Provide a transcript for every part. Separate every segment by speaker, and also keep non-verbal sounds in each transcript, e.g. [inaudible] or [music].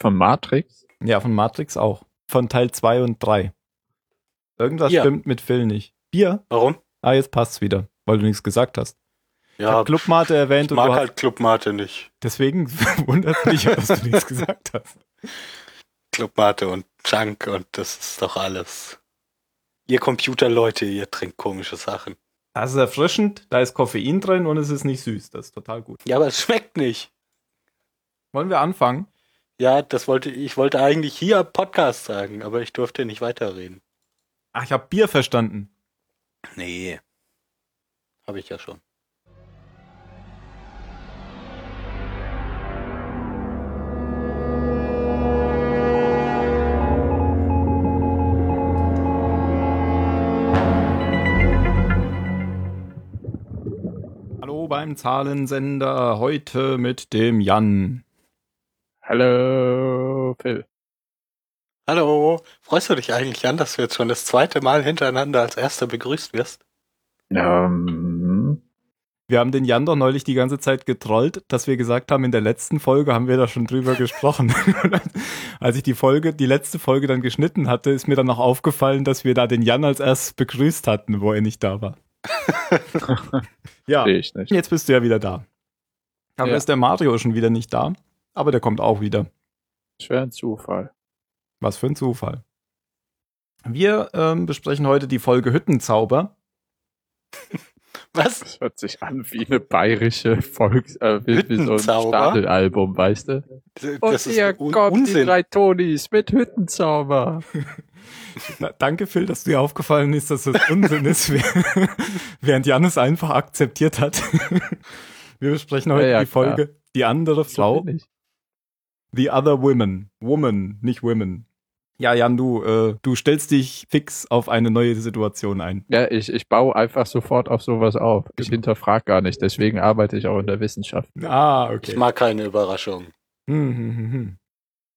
Speaker 1: Von Matrix?
Speaker 2: Ja, von Matrix auch. Von Teil 2 und 3. Irgendwas
Speaker 3: Bier.
Speaker 2: stimmt mit Phil nicht. Bier?
Speaker 3: Warum?
Speaker 2: Ah, jetzt passt's wieder, weil du nichts gesagt hast. Ich
Speaker 3: Ja,
Speaker 2: hab Clubmate erwähnt
Speaker 3: ich
Speaker 2: und du
Speaker 3: mag
Speaker 2: hast,
Speaker 3: halt Clubmate nicht.
Speaker 2: deswegen [laughs] wundert mich, dass du nichts gesagt hast.
Speaker 3: Clubmate und Junk und das ist doch alles. Ihr Computerleute, ihr trinkt komische Sachen.
Speaker 2: Das ist erfrischend, da ist Koffein drin und es ist nicht süß. Das ist total gut.
Speaker 3: Ja, aber es schmeckt nicht.
Speaker 2: Wollen wir anfangen?
Speaker 3: Ja, das wollte ich wollte eigentlich hier am Podcast sagen, aber ich durfte nicht weiterreden.
Speaker 2: Ach, ich habe Bier verstanden.
Speaker 3: Nee. Habe ich ja schon.
Speaker 2: Hallo beim Zahlensender, heute mit dem Jan.
Speaker 1: Hallo, Phil.
Speaker 3: Hallo, freust du dich eigentlich an, dass du jetzt schon das zweite Mal hintereinander als erster begrüßt wirst?
Speaker 1: Ähm,
Speaker 2: Wir haben den Jan doch neulich die ganze Zeit getrollt, dass wir gesagt haben, in der letzten Folge haben wir da schon drüber gesprochen. [laughs] Und Als ich die Folge, die letzte Folge dann geschnitten hatte, ist mir dann noch aufgefallen, dass wir da den Jan als erstes begrüßt hatten, wo er nicht da war. ja,
Speaker 1: sehe ich nicht.
Speaker 2: jetzt bist du ja wieder da. Aber
Speaker 1: Ja.
Speaker 2: ist der Mario schon wieder nicht da, aber der kommt auch wieder.
Speaker 1: Schwer ein Zufall.
Speaker 2: Was für ein Zufall. Wir ähm, besprechen heute die Folge Hüttenzauber.
Speaker 3: Was?
Speaker 1: Das hört sich an wie eine bayerische Volks-, äh, wie, wie so ein
Speaker 3: Hüttenzauber?
Speaker 1: Stadelalbum, weißt du?
Speaker 3: Das ist un Unsinn.
Speaker 1: Tonis mit Hüttenzauber.
Speaker 2: Na, danke, Phil, dass dir aufgefallen ist, dass das Unsinn ist, [laughs] wäh- während Jan es einfach akzeptiert hat. [laughs] Wir besprechen heute
Speaker 1: Ja, ja,
Speaker 2: die Folge Die andere Frau, The Other Women. Woman, nicht Women. Ja, Jan, du, äh, du stellst dich fix auf eine neue Situation ein.
Speaker 1: Ja, ich, ich baue einfach sofort auf sowas auf. Ich hinterfrage gar nicht, deswegen arbeite ich auch in der Wissenschaft.
Speaker 2: Ah, okay.
Speaker 3: Ich mag keine Überraschung.
Speaker 2: Hm, hm, hm,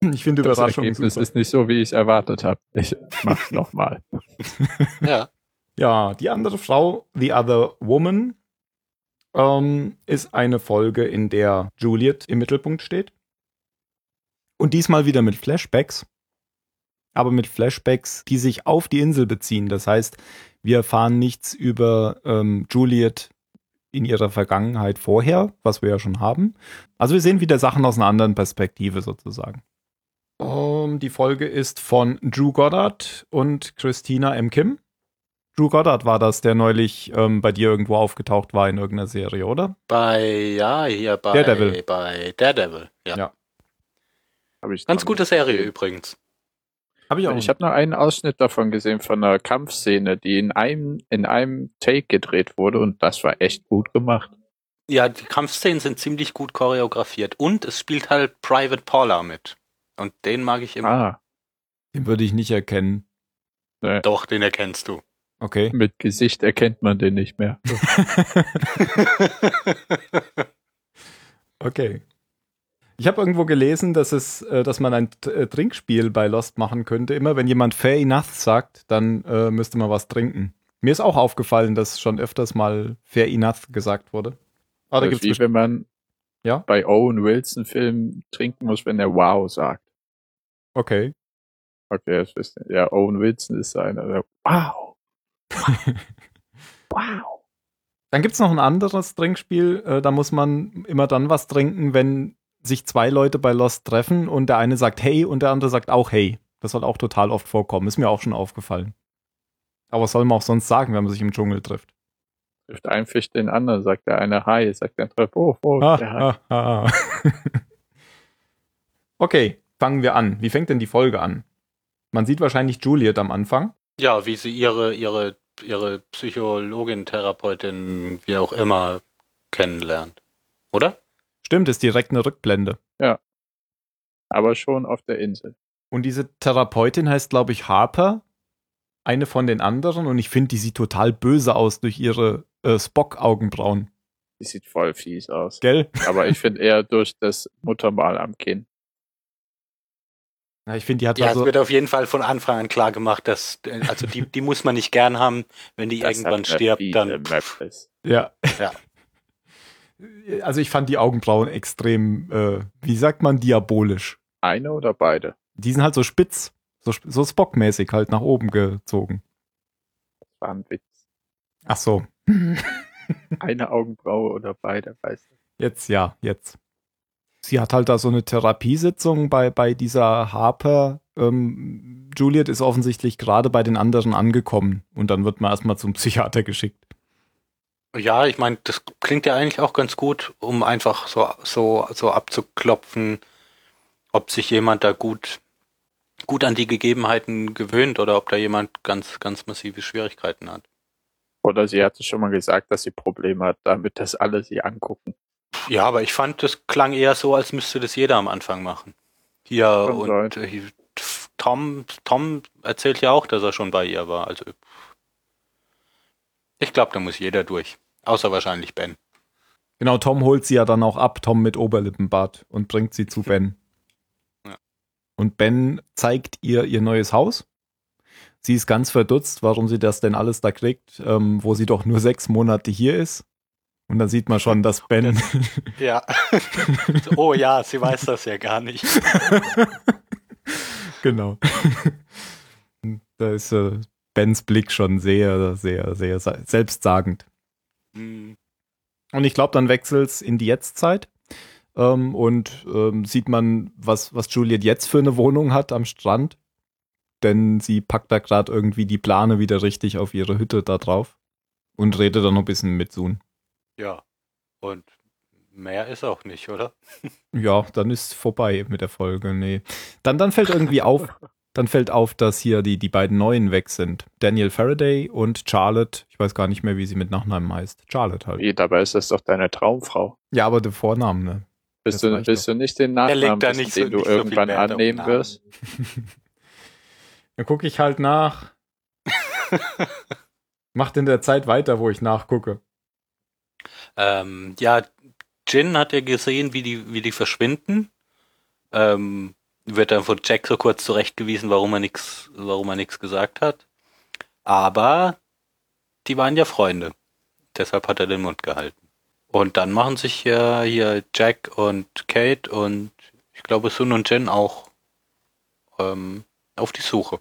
Speaker 2: hm. Ich finde
Speaker 1: Das
Speaker 2: Überraschungen
Speaker 1: Ergebnis
Speaker 2: super.
Speaker 1: ist nicht so, wie ich es erwartet habe. Ich mach's nochmal.
Speaker 3: Ja,
Speaker 2: Ja, die andere Frau, The Other Woman, ähm, ist eine Folge, in der Juliet im Mittelpunkt steht. Und diesmal wieder mit Flashbacks. Aber mit Flashbacks, die sich auf die Insel beziehen. Das heißt, wir erfahren nichts über ähm, Juliet in ihrer Vergangenheit vorher, was wir ja schon haben. Also wir sehen wieder Sachen aus einer anderen Perspektive sozusagen. Ähm, die Folge ist von Drew Goddard und Christina M. Kim. Drew Goddard war das, der neulich ähm, bei dir irgendwo aufgetaucht war in irgendeiner Serie, oder?
Speaker 3: bei, ja, hier bei
Speaker 2: Daredevil.
Speaker 3: Bei Daredevil. Ja.
Speaker 2: Ja.
Speaker 1: Hab ich
Speaker 3: Ganz
Speaker 1: dran.
Speaker 3: gute Serie übrigens.
Speaker 2: Habe ich
Speaker 1: Ich habe noch einen Ausschnitt davon gesehen von einer Kampfszene, die in einem in einem Take gedreht wurde und das war echt gut gemacht.
Speaker 3: Ja, die Kampfszenen sind ziemlich gut choreografiert und es spielt halt Private Paula mit. Und den mag ich immer.
Speaker 1: Ah,
Speaker 2: Den würde ich nicht erkennen.
Speaker 3: Doch, den
Speaker 1: [laughs]
Speaker 3: erkennst du.
Speaker 2: Okay.
Speaker 1: mit Gesicht erkennt man den nicht mehr.
Speaker 2: Okay. Ich habe irgendwo gelesen, dass es, äh, dass man ein T- äh, Trinkspiel bei Lost machen könnte. Immer wenn jemand fair enough sagt, dann äh, müsste man was trinken. Mir ist auch aufgefallen, dass schon öfters mal fair enough gesagt wurde. Aber Ah, da
Speaker 1: Das
Speaker 2: gibt's
Speaker 1: ist Äh, wie wenn man
Speaker 2: Ja?
Speaker 1: bei Owen Wilson Filmen trinken muss, wenn er Wow sagt.
Speaker 2: bestimmt- Okay.
Speaker 1: Okay, das wisst ihr. Ja, Owen Wilson ist einer. Der
Speaker 2: [laughs]
Speaker 1: wow. wow.
Speaker 2: Dann gibt es noch ein anderes Trinkspiel. Äh, da muss man immer dann was trinken, wenn sich zwei Leute bei Lost treffen und der eine sagt hey und der andere sagt auch hey. Das soll auch total oft vorkommen. Ist mir auch schon aufgefallen. Aber was soll man auch sonst sagen, wenn man sich im Dschungel trifft?
Speaker 1: Trifft ein Fisch den anderen, sagt der eine Hi, sagt der andere Oh, oh,
Speaker 2: Ah,
Speaker 1: der Hai.
Speaker 2: ah, ah, ah. [laughs] okay, fangen wir an. Wie fängt denn die Folge an? Man sieht wahrscheinlich Juliet am Anfang.
Speaker 3: Ja, wie sie ihre, ihre, ihre Psychologin, Therapeutin, wie auch immer, kennenlernt. Oder?
Speaker 2: Stimmt, ist direkt eine Rückblende.
Speaker 1: aber schon auf der Insel.
Speaker 2: Und diese Therapeutin heißt, glaube ich, Harper, eine von den anderen. Und ich finde, die sieht total böse aus durch ihre äh, Spock-Augenbrauen.
Speaker 1: Die sieht voll fies aus.
Speaker 2: Gell? [laughs]
Speaker 1: Aber ich finde eher durch das Muttermal am Kinn.
Speaker 2: Ja, ich finde, die hat
Speaker 3: Ja,
Speaker 2: also.
Speaker 3: es wird auf jeden Fall von Anfang an klar gemacht, dass, äh, also die, die muss man nicht gern haben, wenn die
Speaker 1: Das
Speaker 3: irgendwann
Speaker 1: hat äh, eine
Speaker 3: stirbt,
Speaker 1: fiese
Speaker 3: dann.
Speaker 1: Möpfis.
Speaker 2: Ja. [laughs]
Speaker 3: Ja.
Speaker 2: Also ich fand die Augenbrauen extrem, äh, wie sagt man, diabolisch.
Speaker 1: Eine oder beide?
Speaker 2: Die sind halt so spitz, so, sp- so Spock-mäßig halt nach oben gezogen.
Speaker 1: War ein Witz.
Speaker 2: Ach so.
Speaker 1: Eine Augenbraue oder beide, weiß nicht.
Speaker 2: Jetzt ja, jetzt. Sie hat halt da so eine Therapiesitzung bei, bei dieser Harper. Ähm, Juliet ist offensichtlich gerade bei den anderen angekommen und dann wird man erstmal zum [laughs] Psychiater geschickt.
Speaker 3: Ja, ich meine, das klingt ja eigentlich auch ganz gut, um einfach so, so, so abzuklopfen, ob sich jemand da gut, gut an die Gegebenheiten gewöhnt oder ob da jemand ganz, ganz massive Schwierigkeiten hat.
Speaker 1: Oder sie hatte schon mal gesagt, dass sie Probleme hat, damit das alle sie angucken.
Speaker 3: Ja, aber ich fand, das klang eher so, als müsste das jeder am Anfang machen. Hier
Speaker 1: Kann
Speaker 3: und äh, hier, Tom, Tom erzählt ja auch, dass er schon bei ihr war. Also ich glaube, da muss jeder durch. Außer wahrscheinlich Ben.
Speaker 2: Genau, Tom holt sie ja dann auch ab, Tom mit Oberlippenbart, und bringt sie zu Ben.
Speaker 3: Ja.
Speaker 2: Und Ben zeigt ihr ihr neues Haus. Sie ist ganz verdutzt, warum sie das denn alles da kriegt, ähm, wo sie doch nur sechs Monate hier ist. Und dann sieht man schon, dass Ben
Speaker 3: Ja. [laughs] oh ja, sie weiß das ja gar nicht.
Speaker 2: genau. [laughs] da ist äh, Bens Blick schon sehr, sehr, sehr sa- selbstsagend.
Speaker 3: Hm.
Speaker 2: Und ich glaube, dann wechselt's in die Jetztzeit. Ähm, und ähm, sieht man, was, was Juliet jetzt für eine Wohnung hat am Strand. Denn sie packt da gerade irgendwie die Plane wieder richtig auf ihre Hütte da drauf. Und redet dann noch ein bisschen mit Sun.
Speaker 3: Ja. Und mehr ist auch nicht, oder?
Speaker 2: Ja, dann ist vorbei mit der Folge. Nee. Dann, dann fällt irgendwie auf,
Speaker 3: [laughs]
Speaker 2: dann fällt auf, dass hier die, die beiden Neuen weg sind. Daniel Faraday und Charlotte, ich weiß gar nicht mehr, wie sie mit Nachnamen heißt. Charlotte halt.
Speaker 1: Wie, dabei ist das doch deine Traumfrau.
Speaker 2: Ja, aber der Vornamen, ne? Das
Speaker 1: Bist du,
Speaker 2: reicht
Speaker 1: bist du nicht den
Speaker 3: Der
Speaker 1: Nachnamen,
Speaker 3: legt da
Speaker 1: wissen,
Speaker 3: nicht so-
Speaker 1: den du
Speaker 3: nicht so viel
Speaker 1: irgendwann
Speaker 3: Wert auf
Speaker 1: annehmen
Speaker 3: Namen.
Speaker 1: wirst?
Speaker 2: Dann gucke ich halt
Speaker 3: [laughs]
Speaker 2: nach. Macht in der Zeit weiter, wo ich nachgucke.
Speaker 3: Ähm, ja, Jin hat ja gesehen, wie die, wie die verschwinden. Ähm, wird dann von Jack so kurz zurechtgewiesen, warum er nichts, warum er nichts gesagt hat. Aber die waren ja Freunde. Deshalb hat er den Mund gehalten. Und dann machen sich ja hier Jack und Kate und ich glaube Sun und Jin auch ähm, auf die Suche.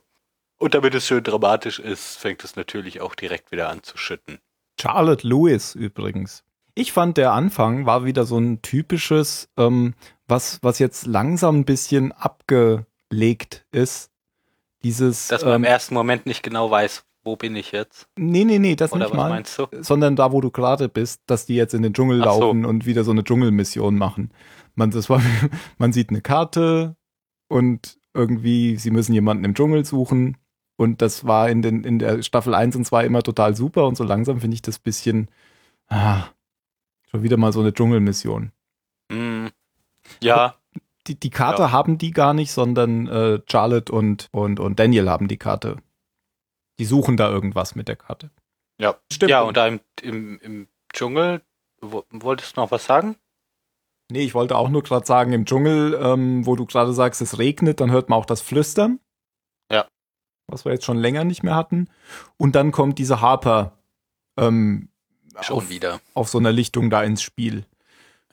Speaker 3: Und damit es schön dramatisch ist, fängt es natürlich auch direkt wieder an zu schütten.
Speaker 2: Charlotte Lewis übrigens. Ich fand, der Anfang war wieder so ein typisches, ähm, was, was jetzt langsam ein bisschen abgelegt ist. Dieses.
Speaker 3: Dass man
Speaker 2: ähm,
Speaker 3: im ersten Moment nicht genau weiß, wo bin ich jetzt?
Speaker 2: nee, nee, nee, das
Speaker 3: Oder
Speaker 2: nicht
Speaker 3: was
Speaker 2: mal.
Speaker 3: meinst du?
Speaker 2: Sondern da, wo du gerade bist, dass die jetzt in den Dschungel
Speaker 3: Ach so.
Speaker 2: laufen und wieder so eine Dschungelmission machen. Man, das war, [laughs] man sieht eine Karte und irgendwie, sie müssen jemanden im Dschungel suchen. Und das war in, den, in der Staffel 1 und 2 immer total super. Und so langsam finde ich das bisschen, ah, schon wieder mal so eine Dschungelmission.
Speaker 3: Hm. Ja,
Speaker 2: Die, die Karte haben die gar nicht, sondern äh, Charlotte und, und, und Daniel haben die Karte. Die suchen da irgendwas mit der Karte.
Speaker 3: ja.
Speaker 2: Stimmt.
Speaker 3: Ja, und da im, im, im Dschungel, wo, wolltest du noch was sagen?
Speaker 2: Nee, ich wollte auch nur gerade sagen, im Dschungel, ähm, wo du gerade sagst, es regnet, dann hört man auch das Flüstern.
Speaker 3: Ja.
Speaker 2: Was wir jetzt schon länger nicht mehr hatten. Und dann kommt diese Harper ähm, auf,
Speaker 3: wieder.
Speaker 2: auf so einer Lichtung da ins Spiel.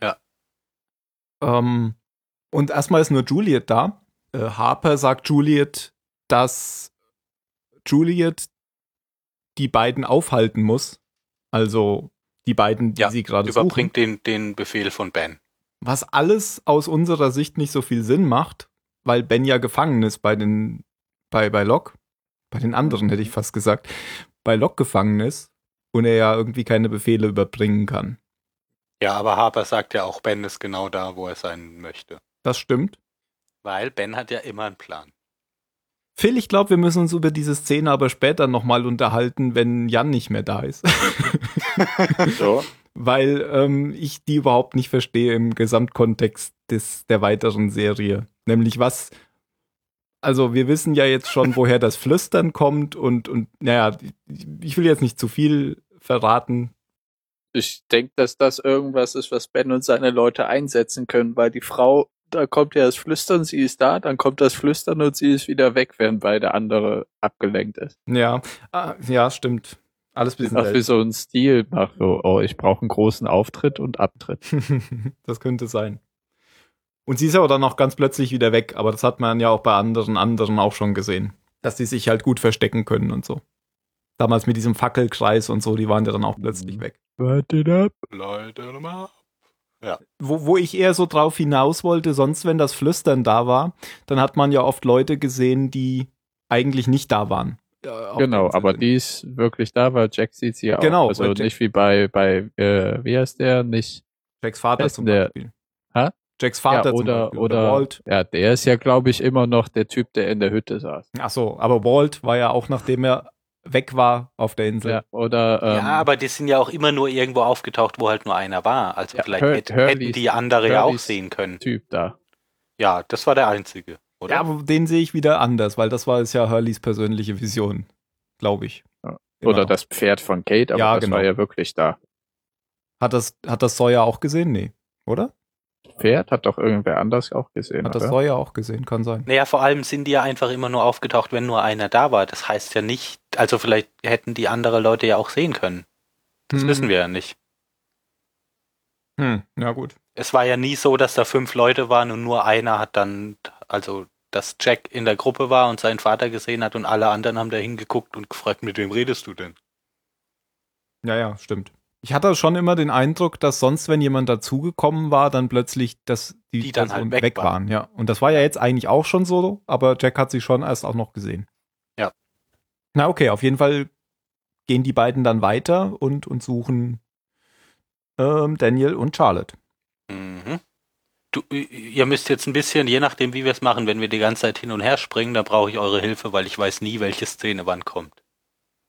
Speaker 3: Ja.
Speaker 2: Ähm, und erstmal ist nur Juliet da. Äh, Harper sagt Juliet, dass Juliet die beiden aufhalten muss. Also die beiden, die
Speaker 3: Ja,
Speaker 2: sie gerade suchen.
Speaker 3: Überbringt den, den Befehl von Ben.
Speaker 2: Was alles aus unserer Sicht nicht so viel Sinn macht, weil Ben ja gefangen ist bei den, bei, bei Locke, bei den anderen hätte ich fast gesagt, bei Locke gefangen ist und er ja irgendwie keine Befehle überbringen kann.
Speaker 3: Ja, aber Harper sagt ja auch, Ben ist genau da, wo er sein möchte.
Speaker 2: Das stimmt.
Speaker 3: Weil Ben hat ja immer einen Plan.
Speaker 2: Phil, ich glaube, wir müssen uns über diese Szene aber später nochmal unterhalten, wenn Jan nicht mehr da ist.
Speaker 1: So,
Speaker 2: Weil ähm, ich die überhaupt nicht verstehe im Gesamtkontext des, der weiteren Serie. Nämlich was, also wir wissen ja jetzt schon, woher das Flüstern kommt und, und naja, ich- ich will jetzt nicht zu viel verraten.
Speaker 1: ich denke, dass das irgendwas ist, was Ben und seine Leute einsetzen können, weil die Frau, da kommt ja das Flüstern, sie ist da, dann kommt das Flüstern und sie ist wieder weg, während beide andere abgelenkt ist.
Speaker 2: Ja, ah, ja, stimmt. Alles ein bisschen
Speaker 1: Was wie
Speaker 2: seltsam.
Speaker 1: so ein Stil macht,
Speaker 2: [laughs]
Speaker 1: so, oh, ich brauche einen großen Auftritt und Abtritt.
Speaker 2: das könnte sein. Und sie ist aber dann auch ganz plötzlich wieder weg. Aber das hat man ja auch bei anderen anderen auch schon gesehen, dass die sich halt gut verstecken können und so. Damals mit diesem Fackelkreis und so, die waren ja dann auch plötzlich weg.
Speaker 1: Wart it up.
Speaker 3: Leute, nochmal.
Speaker 2: Wo, wo ich eher so drauf hinaus wollte, sonst wenn das Flüstern da war, dann hat man ja oft Leute gesehen, die eigentlich nicht da waren. Äh, auf der
Speaker 1: Genau,
Speaker 2: Insel.
Speaker 1: aber die ist wirklich da, weil Jack sieht sie ja auch.
Speaker 2: Genau,
Speaker 1: Also
Speaker 2: weil Jack-
Speaker 1: nicht wie bei, bei äh, wie heißt der? Nicht.
Speaker 2: Jacks
Speaker 1: Wer
Speaker 2: Vater
Speaker 1: ist
Speaker 2: zum
Speaker 1: denn der?
Speaker 2: Beispiel.
Speaker 1: Hä?
Speaker 2: Jacks Vater
Speaker 1: ja,
Speaker 2: zum
Speaker 1: oder,
Speaker 2: Beispiel.
Speaker 1: oder,
Speaker 2: Walt.
Speaker 1: Ja, der ist ja, glaube ich, immer noch der Typ, der in der Hütte saß.
Speaker 2: Ach so, aber Walt war ja auch, nachdem er weg war auf der Insel.
Speaker 1: Ja, oder ähm,
Speaker 3: Ja, aber die sind ja auch immer nur irgendwo aufgetaucht, wo halt nur einer war. Also
Speaker 1: Ja,
Speaker 3: vielleicht
Speaker 1: Hur-
Speaker 3: hätt, hätten
Speaker 1: Hurleys-
Speaker 3: die andere ja auch
Speaker 1: Hurleys-
Speaker 3: sehen können.
Speaker 1: Typ da.
Speaker 3: Ja, das war der einzige, oder?
Speaker 2: Ja, aber den sehe ich wieder anders, weil das war jetzt ja Hurleys persönliche Vision, glaube ich. Genau.
Speaker 1: Ja.
Speaker 2: Immer
Speaker 1: Oder
Speaker 2: noch.
Speaker 1: das Pferd von Kate, aber
Speaker 2: Ja,
Speaker 1: das
Speaker 2: genau.
Speaker 1: war ja wirklich da.
Speaker 2: Hat das, hat das Sawyer auch gesehen? Nee, oder?
Speaker 1: Pferd hat doch irgendwer anders auch gesehen.
Speaker 2: Hat das
Speaker 1: oder?
Speaker 2: Sawyer auch gesehen, kann sein.
Speaker 3: Naja, vor allem sind die ja einfach immer nur aufgetaucht, wenn nur einer da war. Das heißt ja nicht, also vielleicht hätten die andere Leute ja auch sehen können. Das wissen wir ja nicht.
Speaker 2: Hm. Ja, gut.
Speaker 3: Es war ja nie so, dass da fünf Leute waren und nur einer hat dann, also dass Jack in der Gruppe war und seinen Vater gesehen hat und alle anderen haben da hingeguckt und gefragt, mit wem redest du denn?
Speaker 2: Ja, ja, stimmt. Ich hatte schon immer den Eindruck, dass sonst, wenn jemand dazugekommen war, dann plötzlich, dass die,
Speaker 3: Die dann
Speaker 2: Personen
Speaker 3: halt weg waren.
Speaker 2: waren. Ja, und das war ja jetzt eigentlich auch schon so, aber Jack hat sie schon erst auch noch gesehen.
Speaker 3: Ja.
Speaker 2: Na okay, auf jeden Fall gehen die beiden dann weiter und, und suchen ähm, Daniel und Charlotte.
Speaker 3: Mhm. Du, ihr müsst jetzt ein bisschen, je nachdem, wie wir es machen, wenn wir die ganze Zeit hin und her springen, da brauche ich eure Hilfe, weil ich weiß nie, welche Szene wann kommt.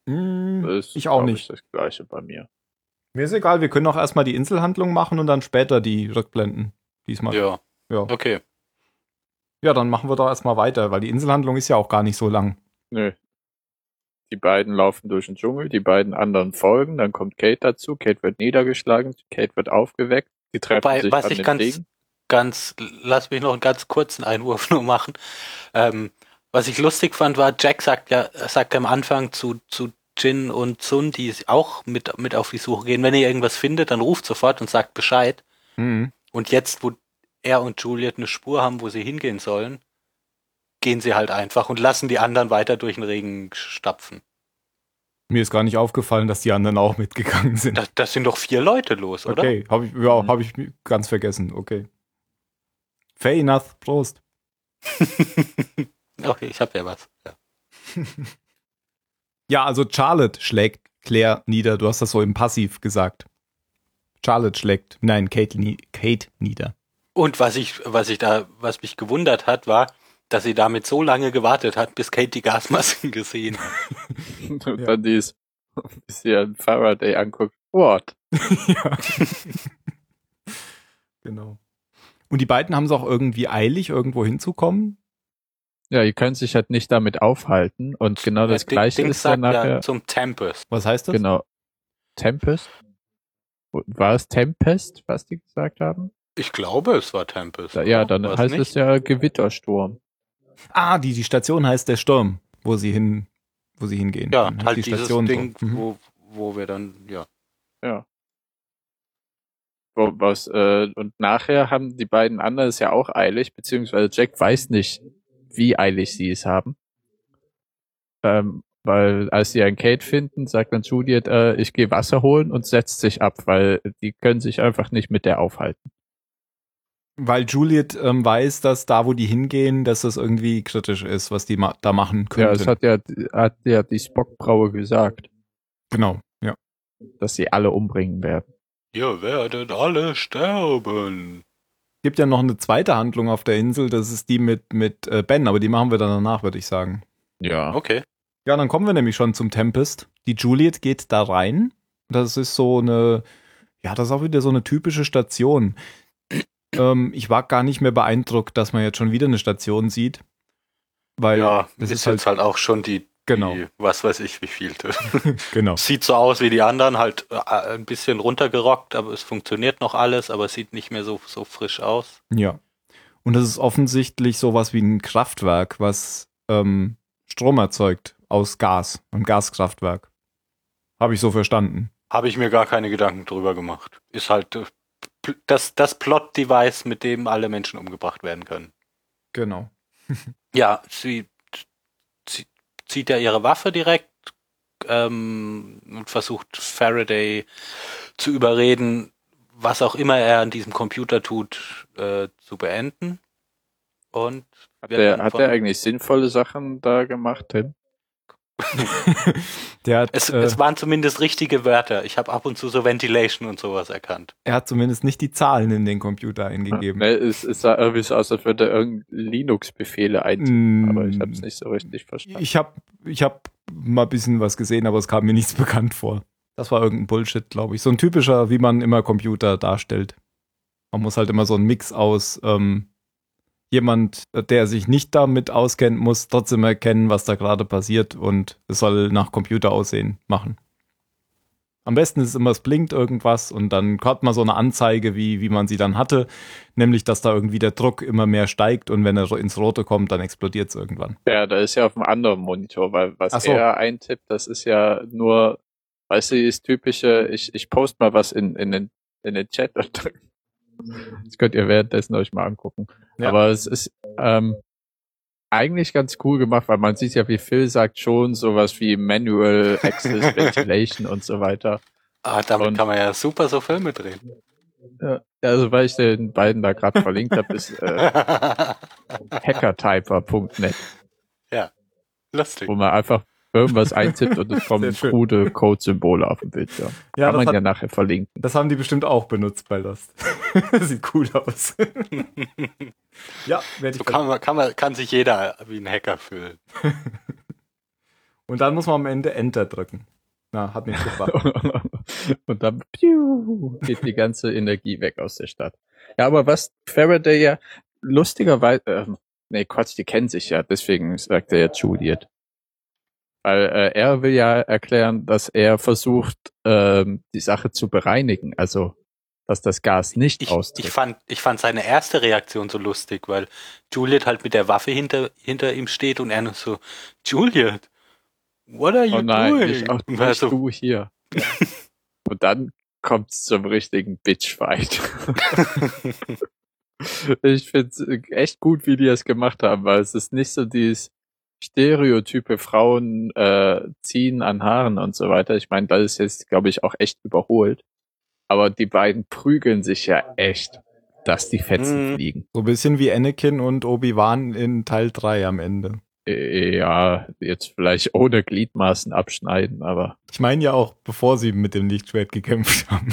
Speaker 2: Hm,
Speaker 3: Äh.
Speaker 1: Das ist,
Speaker 2: Ich auch
Speaker 1: glaub
Speaker 2: nicht.
Speaker 1: das gleiche bei mir.
Speaker 2: mir ist egal, wir können auch erstmal die Inselhandlung machen und dann später die Rückblenden. Diesmal.
Speaker 3: Ja,
Speaker 2: ja.
Speaker 3: okay.
Speaker 2: ja dann machen wir doch erstmal weiter, weil die Inselhandlung ist ja auch gar nicht so lang.
Speaker 1: Nö. Die beiden laufen durch den Dschungel, die beiden anderen folgen, dann kommt Kate dazu, Kate wird niedergeschlagen, Kate wird aufgeweckt, die treffen
Speaker 3: Wobei,
Speaker 1: sich
Speaker 3: was
Speaker 1: an
Speaker 3: ich
Speaker 1: den [laughs]
Speaker 3: ganz-
Speaker 1: Degen.
Speaker 3: Ganz, lass mich noch einen ganz kurzen Einwurf [laughs] nur machen. Ähm, was ich lustig fand, war, Jack sagt ja, sagt am Anfang zu, zu Jin und Sun, die auch mit, mit auf die Suche gehen, wenn ihr irgendwas findet, dann ruft sofort und sagt Bescheid.
Speaker 2: Mhm.
Speaker 3: Und jetzt, wo er und Juliet eine Spur haben, wo sie hingehen sollen, gehen sie halt einfach und lassen die anderen weiter durch den Regen stapfen.
Speaker 2: Mir ist gar nicht aufgefallen, dass die anderen auch mitgegangen sind.
Speaker 3: Da, das sind doch vier Leute los, oder?
Speaker 2: Okay, habe ich, ja,
Speaker 1: Mhm.
Speaker 2: hab ich ganz vergessen. Okay. Fair enough, Prost.
Speaker 3: okay, ich hab ja was. Ja.
Speaker 2: Ja, also Charlotte schlägt Claire nieder. Du hast das so im Passiv gesagt. Charlotte schlägt, nein, Kate, nie, Kate nieder.
Speaker 3: Und was ich, was ich da, was mich gewundert hat, war, dass sie damit so lange gewartet hat, bis Kate die Gasmasken [laughs] gesehen hat.
Speaker 1: Und dann dies, [laughs] bis sie an Faraday anguckt. What?
Speaker 2: Genau. Und die beiden haben es auch irgendwie eilig, irgendwo hinzukommen.
Speaker 1: Ja, ihr könnt sich halt nicht damit aufhalten und genau das
Speaker 3: Ding-
Speaker 1: gleiche
Speaker 3: Ding
Speaker 1: ist dann nachher.
Speaker 3: zum Tempest.
Speaker 2: Was heißt das?
Speaker 1: Genau. Tempest? War es Tempest, was die gesagt haben?
Speaker 3: Ich glaube, es war Tempest.
Speaker 1: Da, ja,
Speaker 3: oder?
Speaker 1: dann
Speaker 3: War's
Speaker 1: heißt
Speaker 3: nicht?
Speaker 1: es ja Gewittersturm.
Speaker 2: Ah, die, die Station heißt der Sturm, wo sie hin, wo sie hingehen.
Speaker 3: ja,
Speaker 2: Dann
Speaker 3: halt
Speaker 2: die
Speaker 3: dieses
Speaker 2: Station so.
Speaker 3: Ding,
Speaker 2: Mhm.
Speaker 3: wo, wo wir dann, ja.
Speaker 1: Wo- Was, äh, und nachher haben die beiden anderen es ja auch eilig, beziehungsweise Jack weiß nicht, wie eilig sie es haben. Ähm, weil als sie einen Kate finden, sagt dann Juliet, äh, ich gehe Wasser holen und setzt sich ab, weil die können sich einfach nicht mit der aufhalten.
Speaker 2: Weil Juliet ähm, weiß, dass da, wo die hingehen, dass das irgendwie kritisch ist, was die ma da machen
Speaker 1: Ja,
Speaker 2: könnten.
Speaker 1: das hat ja, hat ja die Spockbraue gesagt,
Speaker 2: genau, ja.
Speaker 1: dass sie alle umbringen werden.
Speaker 3: Ihr werdet alle sterben.
Speaker 2: Gibt ja noch eine zweite Handlung auf der Insel, das ist die mit, mit äh, Ben, aber die machen wir dann danach, würde ich sagen.
Speaker 1: Ja.
Speaker 3: Okay.
Speaker 2: Ja, dann kommen wir nämlich schon zum Tempest. Die Juliet geht da rein. Das ist so eine, ja, das ist auch wieder so eine typische Station. [clears throat] ähm, ich war gar nicht mehr beeindruckt, dass man jetzt schon wieder eine Station sieht. Weil,
Speaker 3: Ja,
Speaker 2: das
Speaker 3: das
Speaker 2: ist
Speaker 3: ist, jetzt halt auch schon die,
Speaker 2: genau,
Speaker 3: die was weiß ich, wie vielte.
Speaker 2: genau.
Speaker 3: Sieht so aus wie die anderen, halt äh, ein bisschen runtergerockt, aber es funktioniert noch alles, aber es sieht nicht mehr so, so frisch aus.
Speaker 2: Ja. Und das ist offensichtlich sowas wie ein Kraftwerk, was ähm, Strom erzeugt aus Gas, ein Gaskraftwerk. Habe ich so verstanden.
Speaker 3: Habe ich mir gar keine Gedanken drüber gemacht. Ist halt äh, Pl- das, das Plot-Device, mit dem alle Menschen umgebracht werden können.
Speaker 2: Genau.
Speaker 3: Ja, sie zie- zieht ja ihre Waffe direkt ähm, und versucht Faraday zu überreden, was auch immer er an diesem Computer tut, äh, zu beenden. Und
Speaker 1: Hat
Speaker 3: wir
Speaker 1: der,
Speaker 3: hatten
Speaker 1: hat
Speaker 3: von-
Speaker 1: der eigentlich sinnvolle Sachen da gemacht? Tim?
Speaker 2: Der hat,
Speaker 3: es,
Speaker 2: äh,
Speaker 3: es waren zumindest richtige Wörter. Ich habe ab und zu so Ventilation und sowas erkannt.
Speaker 2: er hat zumindest nicht die Zahlen in den Computer eingegeben.
Speaker 1: Ne, es, es sah irgendwie so aus, als würde er irgendein Linux-Befehle eintippen,
Speaker 2: Mm,
Speaker 1: aber ich habe es nicht so richtig verstanden.
Speaker 2: Ich habe ich hab mal ein bisschen was gesehen, aber es kam mir nichts [laughs] bekannt vor. Das war irgendein Bullshit, glaube ich. So ein typischer, wie man immer Computer darstellt. Man muss halt immer so einen Mix aus ähm, jemand, der sich nicht damit auskennt, muss trotzdem erkennen, was da gerade passiert und es soll nach Computer aussehen machen. Am besten ist immer, es blinkt irgendwas und dann hat man so eine Anzeige, wie, wie man sie dann hatte, nämlich dass da irgendwie der Druck immer mehr steigt und wenn er ins Rote kommt, dann explodiert es irgendwann.
Speaker 1: Ja, da ist ja auf einem anderen Monitor, weil
Speaker 2: Ach
Speaker 1: was
Speaker 2: so.
Speaker 1: er eintippt, das ist ja nur, weißt du, das typische, ich, ich post mal was in, in, den, in den Chat und dann, [laughs] das könnt ihr währenddessen euch mal angucken.
Speaker 2: Ja.
Speaker 1: Aber es ist ähm, eigentlich ganz cool gemacht, weil man sieht ja, wie Phil sagt, schon sowas wie Manual
Speaker 2: [laughs]
Speaker 1: Access Ventilation und so weiter.
Speaker 3: Ah, damit
Speaker 1: Und-
Speaker 3: kann man ja super so Filme drehen.
Speaker 1: Also weil ich den beiden da gerade verlinkt habe, ist
Speaker 2: [laughs]
Speaker 1: äh, hackertyper.net.
Speaker 3: Lustig.
Speaker 1: wo man einfach irgendwas eintippt und es kommen
Speaker 2: [laughs] Sehr schön.
Speaker 1: krude Code-Symbole auf dem Bildschirm.
Speaker 2: Ja,
Speaker 1: Kann
Speaker 2: das,
Speaker 1: man
Speaker 2: hat,
Speaker 1: ja nachher verlinken. [laughs]
Speaker 2: das haben die bestimmt auch benutzt bei Lost. [laughs] Sieht cool aus. ja, werde
Speaker 3: So
Speaker 2: ich.
Speaker 3: kann, man, kann, man, kann sich jeder wie ein Hacker fühlen.
Speaker 2: Und dann muss man am Ende Enter drücken. Na, hat nicht gebracht.
Speaker 1: und dann piu, geht die ganze Energie weg aus der Stadt. Ja, aber was Faraday ja lustigerweise, ähm, nee, Quatsch, die kennen sich ja, deswegen sagt er ja Juliet. Weil äh, er will ja erklären, dass er versucht, ähm, die Sache zu bereinigen, also dass das Gas nicht
Speaker 3: Ich,
Speaker 1: austritt.
Speaker 3: ich, fand, ich fand seine erste Reaktion so lustig, weil Juliet halt mit der Waffe hinter, hinter ihm steht und er nur so, Juliet, what are you
Speaker 1: Oh nein,
Speaker 3: doing?
Speaker 1: nicht, auch
Speaker 3: und
Speaker 1: nicht
Speaker 3: er so,
Speaker 1: du hier. [laughs] Und dann kommt's zum richtigen [laughs] Bitchfight. ich find's äh, echt gut, wie die das gemacht haben, weil es ist nicht so dieses Stereotype Frauen äh, ziehen an Haaren und so weiter. Ich meine, das ist jetzt, glaube ich, auch echt überholt. Aber die beiden prügeln sich ja echt, dass die Fetzen
Speaker 3: Mhm.
Speaker 1: fliegen.
Speaker 2: [laughs] So ein bisschen wie Anakin und Obi-Wan in Teil 3 am Ende.
Speaker 1: Äh, Ja, jetzt vielleicht ohne Gliedmaßen abschneiden, aber
Speaker 2: Ich meine ja auch, bevor sie mit dem Lichtschwert gekämpft [laughs] haben.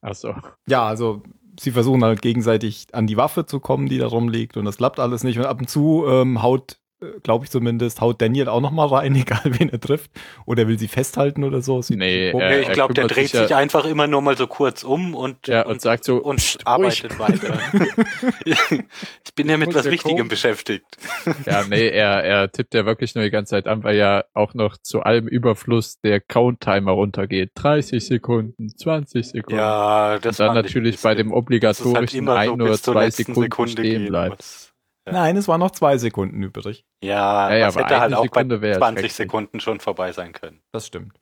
Speaker 1: ach so.
Speaker 2: Ja, also sie versuchen halt gegenseitig an die Waffe zu kommen, die da rumliegt und das klappt alles nicht. Und ab und zu ähm, haut, glaube ich zumindest, haut Daniel auch nochmal rein, [laughs] egal wen er trifft. Oder will sie festhalten oder so. Sie
Speaker 1: Nee,
Speaker 2: Oh,
Speaker 1: äh,
Speaker 3: ich glaube, der
Speaker 1: kümmert
Speaker 3: dreht
Speaker 1: sich ja-
Speaker 3: sich einfach immer nur mal so kurz um und,
Speaker 1: Ja, und,
Speaker 3: und,
Speaker 1: sagt so,
Speaker 3: und
Speaker 1: "Psst, ruhig."
Speaker 3: arbeitet weiter.
Speaker 1: [laughs]
Speaker 3: ich bin ja mit
Speaker 1: Muss
Speaker 3: was
Speaker 1: ja
Speaker 3: Wichtigem
Speaker 1: gucken.
Speaker 3: beschäftigt.
Speaker 1: Ja, nee, er, er tippt ja wirklich nur die ganze Zeit an, weil ja auch noch zu allem Überfluss der Count-Timer runtergeht. 30 Sekunden, 20 Sekunden.
Speaker 3: Ja,
Speaker 1: und
Speaker 3: das
Speaker 1: dann
Speaker 3: fand ich
Speaker 1: natürlich
Speaker 3: ein
Speaker 1: bei
Speaker 3: bisschen-
Speaker 1: dem
Speaker 3: dass es halt
Speaker 1: obligatorischen
Speaker 3: immer
Speaker 1: ein
Speaker 3: so
Speaker 1: oder
Speaker 3: bis zur
Speaker 1: zwei
Speaker 3: letzten
Speaker 1: Sekunden
Speaker 3: Sekunde
Speaker 1: stehen
Speaker 3: gehen
Speaker 1: bleibt.
Speaker 3: muss.
Speaker 2: Nein, es waren noch zwei Sekunden übrig.
Speaker 3: Ja,
Speaker 1: Ja, ja,
Speaker 3: das
Speaker 1: aber
Speaker 3: hätte halt
Speaker 1: eine
Speaker 3: auch
Speaker 1: Sekunde
Speaker 3: bei
Speaker 1: wär's
Speaker 3: 20
Speaker 1: richtig.
Speaker 3: Sekunden schon vorbei sein können.
Speaker 2: Das stimmt.